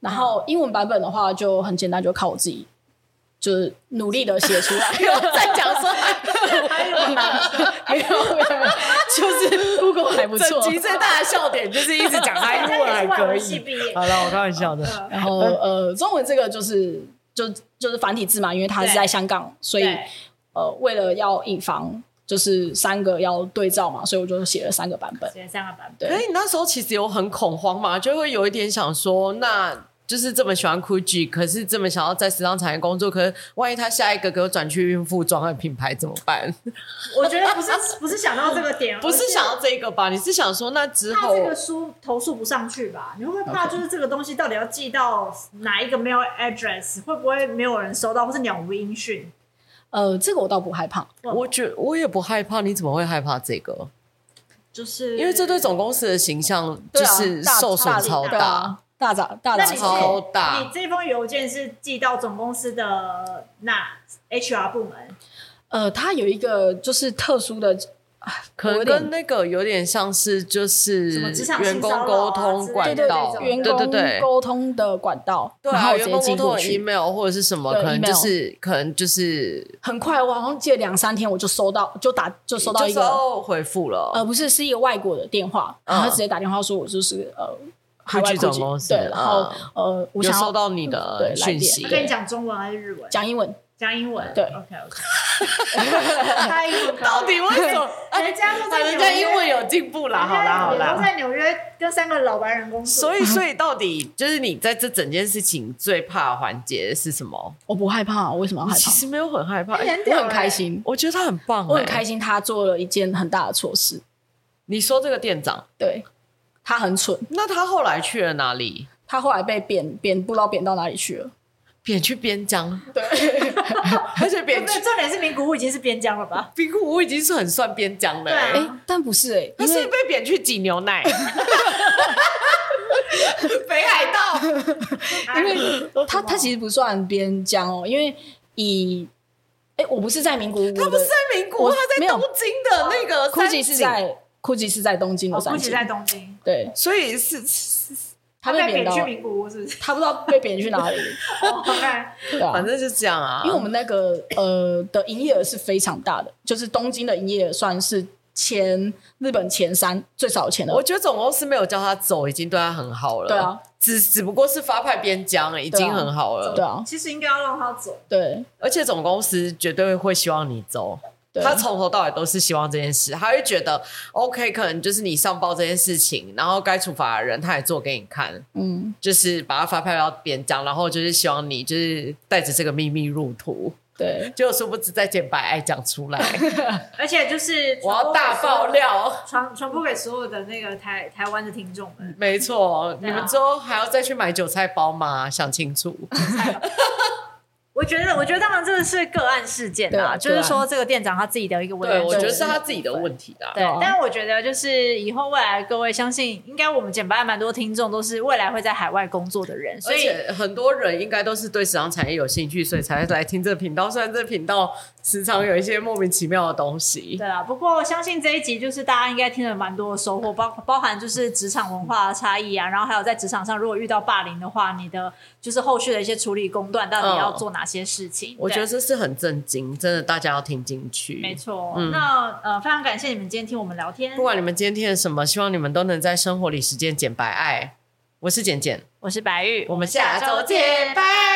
S3: 然
S1: 嗯
S3: 后英文版本的话就很简单，就靠我自己。就是努力的写
S1: <laughs>
S3: 出来，
S1: 在讲说
S3: 没有没有，没有
S1: <laughs>
S3: 就是故宫还不错
S1: 整。
S2: <laughs>
S1: 集最大的笑点就是一直讲他英文还
S2: 人家也是外
S1: 可
S2: 文系
S1: 以。
S2: 毕业，
S1: 好了，我开玩笑的。
S3: 然后呃，中文这个就是就就是繁体字嘛，因为它是在
S2: 对
S3: 香港，所以
S2: 对，
S3: 呃，为了要以防就是三个要对照嘛，所以我就写了三个版本。
S2: 写三个版本。
S1: 可
S3: 对，
S1: 是你那时候其实有很恐慌嘛，就会有一点想说，那就是这么喜欢 GUCCI，可是这么想要在时尚产业工作，可是万一他下一个给我转去孕妇装的品牌怎么
S2: <laughs>
S1: 办？
S2: 我觉得不是不是想到这个点，
S1: 不是
S2: 而是
S1: 想要这个吧？你是想说那之
S2: 怕
S1: 后
S2: 这个书投诉不上去吧？你会不会怕就是这个东西到底要寄到哪一个 mail address？会不会没有人收到，或是鸟无音讯？
S3: 呃，这个我倒不害怕。
S1: 我觉我也不害怕，你怎么会害怕这个？
S2: 就是
S1: 因为这对总公司的形象就
S3: 对啊
S1: 是
S3: 大
S1: 受损
S3: 大
S1: 超
S3: 对
S1: 大。
S3: 啊，大涨大
S2: 那
S3: 涨
S2: 你是
S1: 超
S3: 超
S1: 大
S2: 你这封邮件是寄到总公司的那 HR 部门，
S3: 呃，它有一个就是特殊的，
S1: 可能
S3: 有点
S1: 跟那个有点像是就是
S2: 什么职场
S1: 员
S2: 性
S1: 工
S2: 骚扰啊
S1: 沟通
S2: 之类的
S1: 管
S3: 对对
S1: 道，
S2: 这种
S3: 对，员
S1: 对对对
S3: 工沟通的管道，
S1: 对
S3: 然后
S1: 啊，
S3: 我
S1: 员
S3: 直
S1: 工
S3: 接
S1: 沟
S3: 寄
S1: 通
S3: 过
S1: 的
S3: 去。
S1: email 或者是什么，
S3: 对
S1: 可能就
S3: email
S1: 是可能就是
S3: 很快，我好像记得两三天，我就收到，就打就收到
S1: 这
S3: 一
S1: 时
S3: 个，
S1: 候回复了，
S3: 呃，不是是一个外国的电话，
S1: 嗯
S3: 然后他直接打电话说我就是呃海外
S1: 去总
S3: 户籍
S1: 公司
S3: 对，然后呃
S1: 有
S3: 我想
S1: 收
S3: 要嗯
S1: 到你的
S3: 对来
S1: 讯
S3: 电
S1: 息
S2: 他，跟你讲中文还是日文？
S3: 讲英文，
S2: 讲英文。
S3: 对
S2: ，OK OK。他英文可
S1: <laughs>
S2: 以
S1: 到底为什么？哎，
S2: 人家都
S1: 啊，
S2: 在
S1: 人家
S2: 纽约
S1: 英文有进步啦，好啦好
S2: 我都
S1: 啦。
S2: 在纽约跟三个老白人工作，
S1: 所以，所以到底就是你在这整件事情最怕的环节是什么？
S3: 我不害怕，我为什么要害
S1: 其 <laughs>
S3: 怕？
S1: 实没有很害怕，
S2: 哎
S1: 哎
S2: 很
S3: 我
S2: 屌
S3: 很
S2: 欸
S3: 开心，
S1: 我觉得他很棒、
S3: 我很开
S1: 心。
S3: 心，他做了一件很大的错事。
S1: 你说这个店长，
S3: 对他很蠢，
S1: 那他后来去了哪里？
S3: 他后来被贬贬，不知道贬到哪里去了。
S1: 贬去边疆，
S3: <laughs>
S1: 对，而且
S2: 对
S1: 贬
S2: 不
S1: 去
S2: 对？重点是名古屋已经是边疆了吧？
S1: 冰库，我已经是很算边疆了、欸
S2: 对啊
S3: 哎、但不是哎、
S1: 他
S3: 因
S1: 是
S3: 为
S1: 被贬去挤牛奶，北海道。
S2: 因为
S3: 他他其实不算边疆哦，因为以哎、我不是在名古屋的，
S1: 他不是在名古屋，
S3: 我
S1: 他在
S3: 没有
S1: 东京的那个
S3: 估
S1: 三
S3: 计
S1: 井，哦
S3: 是在估计是在东京的
S2: 我
S3: 三
S2: 估
S3: 井
S2: 计，在东京，
S3: 对
S1: 所以是是是
S3: 他被
S2: 在
S3: 贬
S2: 北
S3: 到
S2: 去，名古屋是不是？ <laughs>
S3: 他不知道被贬去
S1: <laughs>
S3: 哪里，
S2: 哦，看
S3: 对啊，
S1: 反正就是这样啊。
S3: 因为我们那个呃的营业额是非常大的，就是东京的营业额算是前日本前三最少钱的
S1: 我。觉得总公司没有叫他走，已经对他很好了。
S3: 对啊，
S1: 只只不过是发派边疆，已经很好了。
S3: 对啊，
S2: 其实应该要让他走。
S3: 对
S1: 而且总公司绝对会希望你走。
S3: 对，
S1: 他从头到尾都是希望这件事，他会觉得 OK，可能就是你上报这件事情，然后该处罚的人他也做给你看，
S3: 嗯
S1: 就是把他发派到边疆，然后就是希望你就是带着这个秘密入土，
S3: 对
S1: 结果殊不知在简白爱讲出来，
S2: 而且就是
S1: 我要大爆，料，
S2: 传传播给所有的那个台台湾的听众们。
S1: <laughs> 没错，
S2: 对
S1: 你
S2: 啊
S1: 们之后还要再去买韭菜包吗？想清楚，
S2: 我觉得，我觉得当然这个是个案事件
S3: 对
S2: 啦，
S3: 啊
S2: 就是说这个店长他自己的一个为
S1: 对
S2: 人
S1: 我
S2: 处
S1: 觉得
S2: 事
S1: 是他自己的问题啦。
S2: 对
S3: 啊，
S2: 但我觉得就是以后未来各位相信，应该我们简白蛮多听众都是未来会在海外工作的人，所
S1: 而
S2: 以
S1: 且很多人应该都是对时尚产业有兴趣，所以才会来听这个频道。虽然这个频道时常有一些莫名其妙的东西，
S2: 对啊。不过我相信这一集就是大家应该听了蛮多的收获，包包含就是职场文化的差异啊，然后还有在职场上如果遇到霸凌的话，你的就是后续的一些处理公断到底要做哪些事情？
S1: 我觉得
S2: 对
S1: 这是很震惊，真的大家要听进去。
S2: 没，错。
S1: 嗯
S2: 那呃，非常感谢你们今天听我们聊天
S1: 不。管你们今天听了什么，希望你们都能在生活里实践简白爱。我是简简，
S2: 我是白玉，
S1: 我们下周见，拜。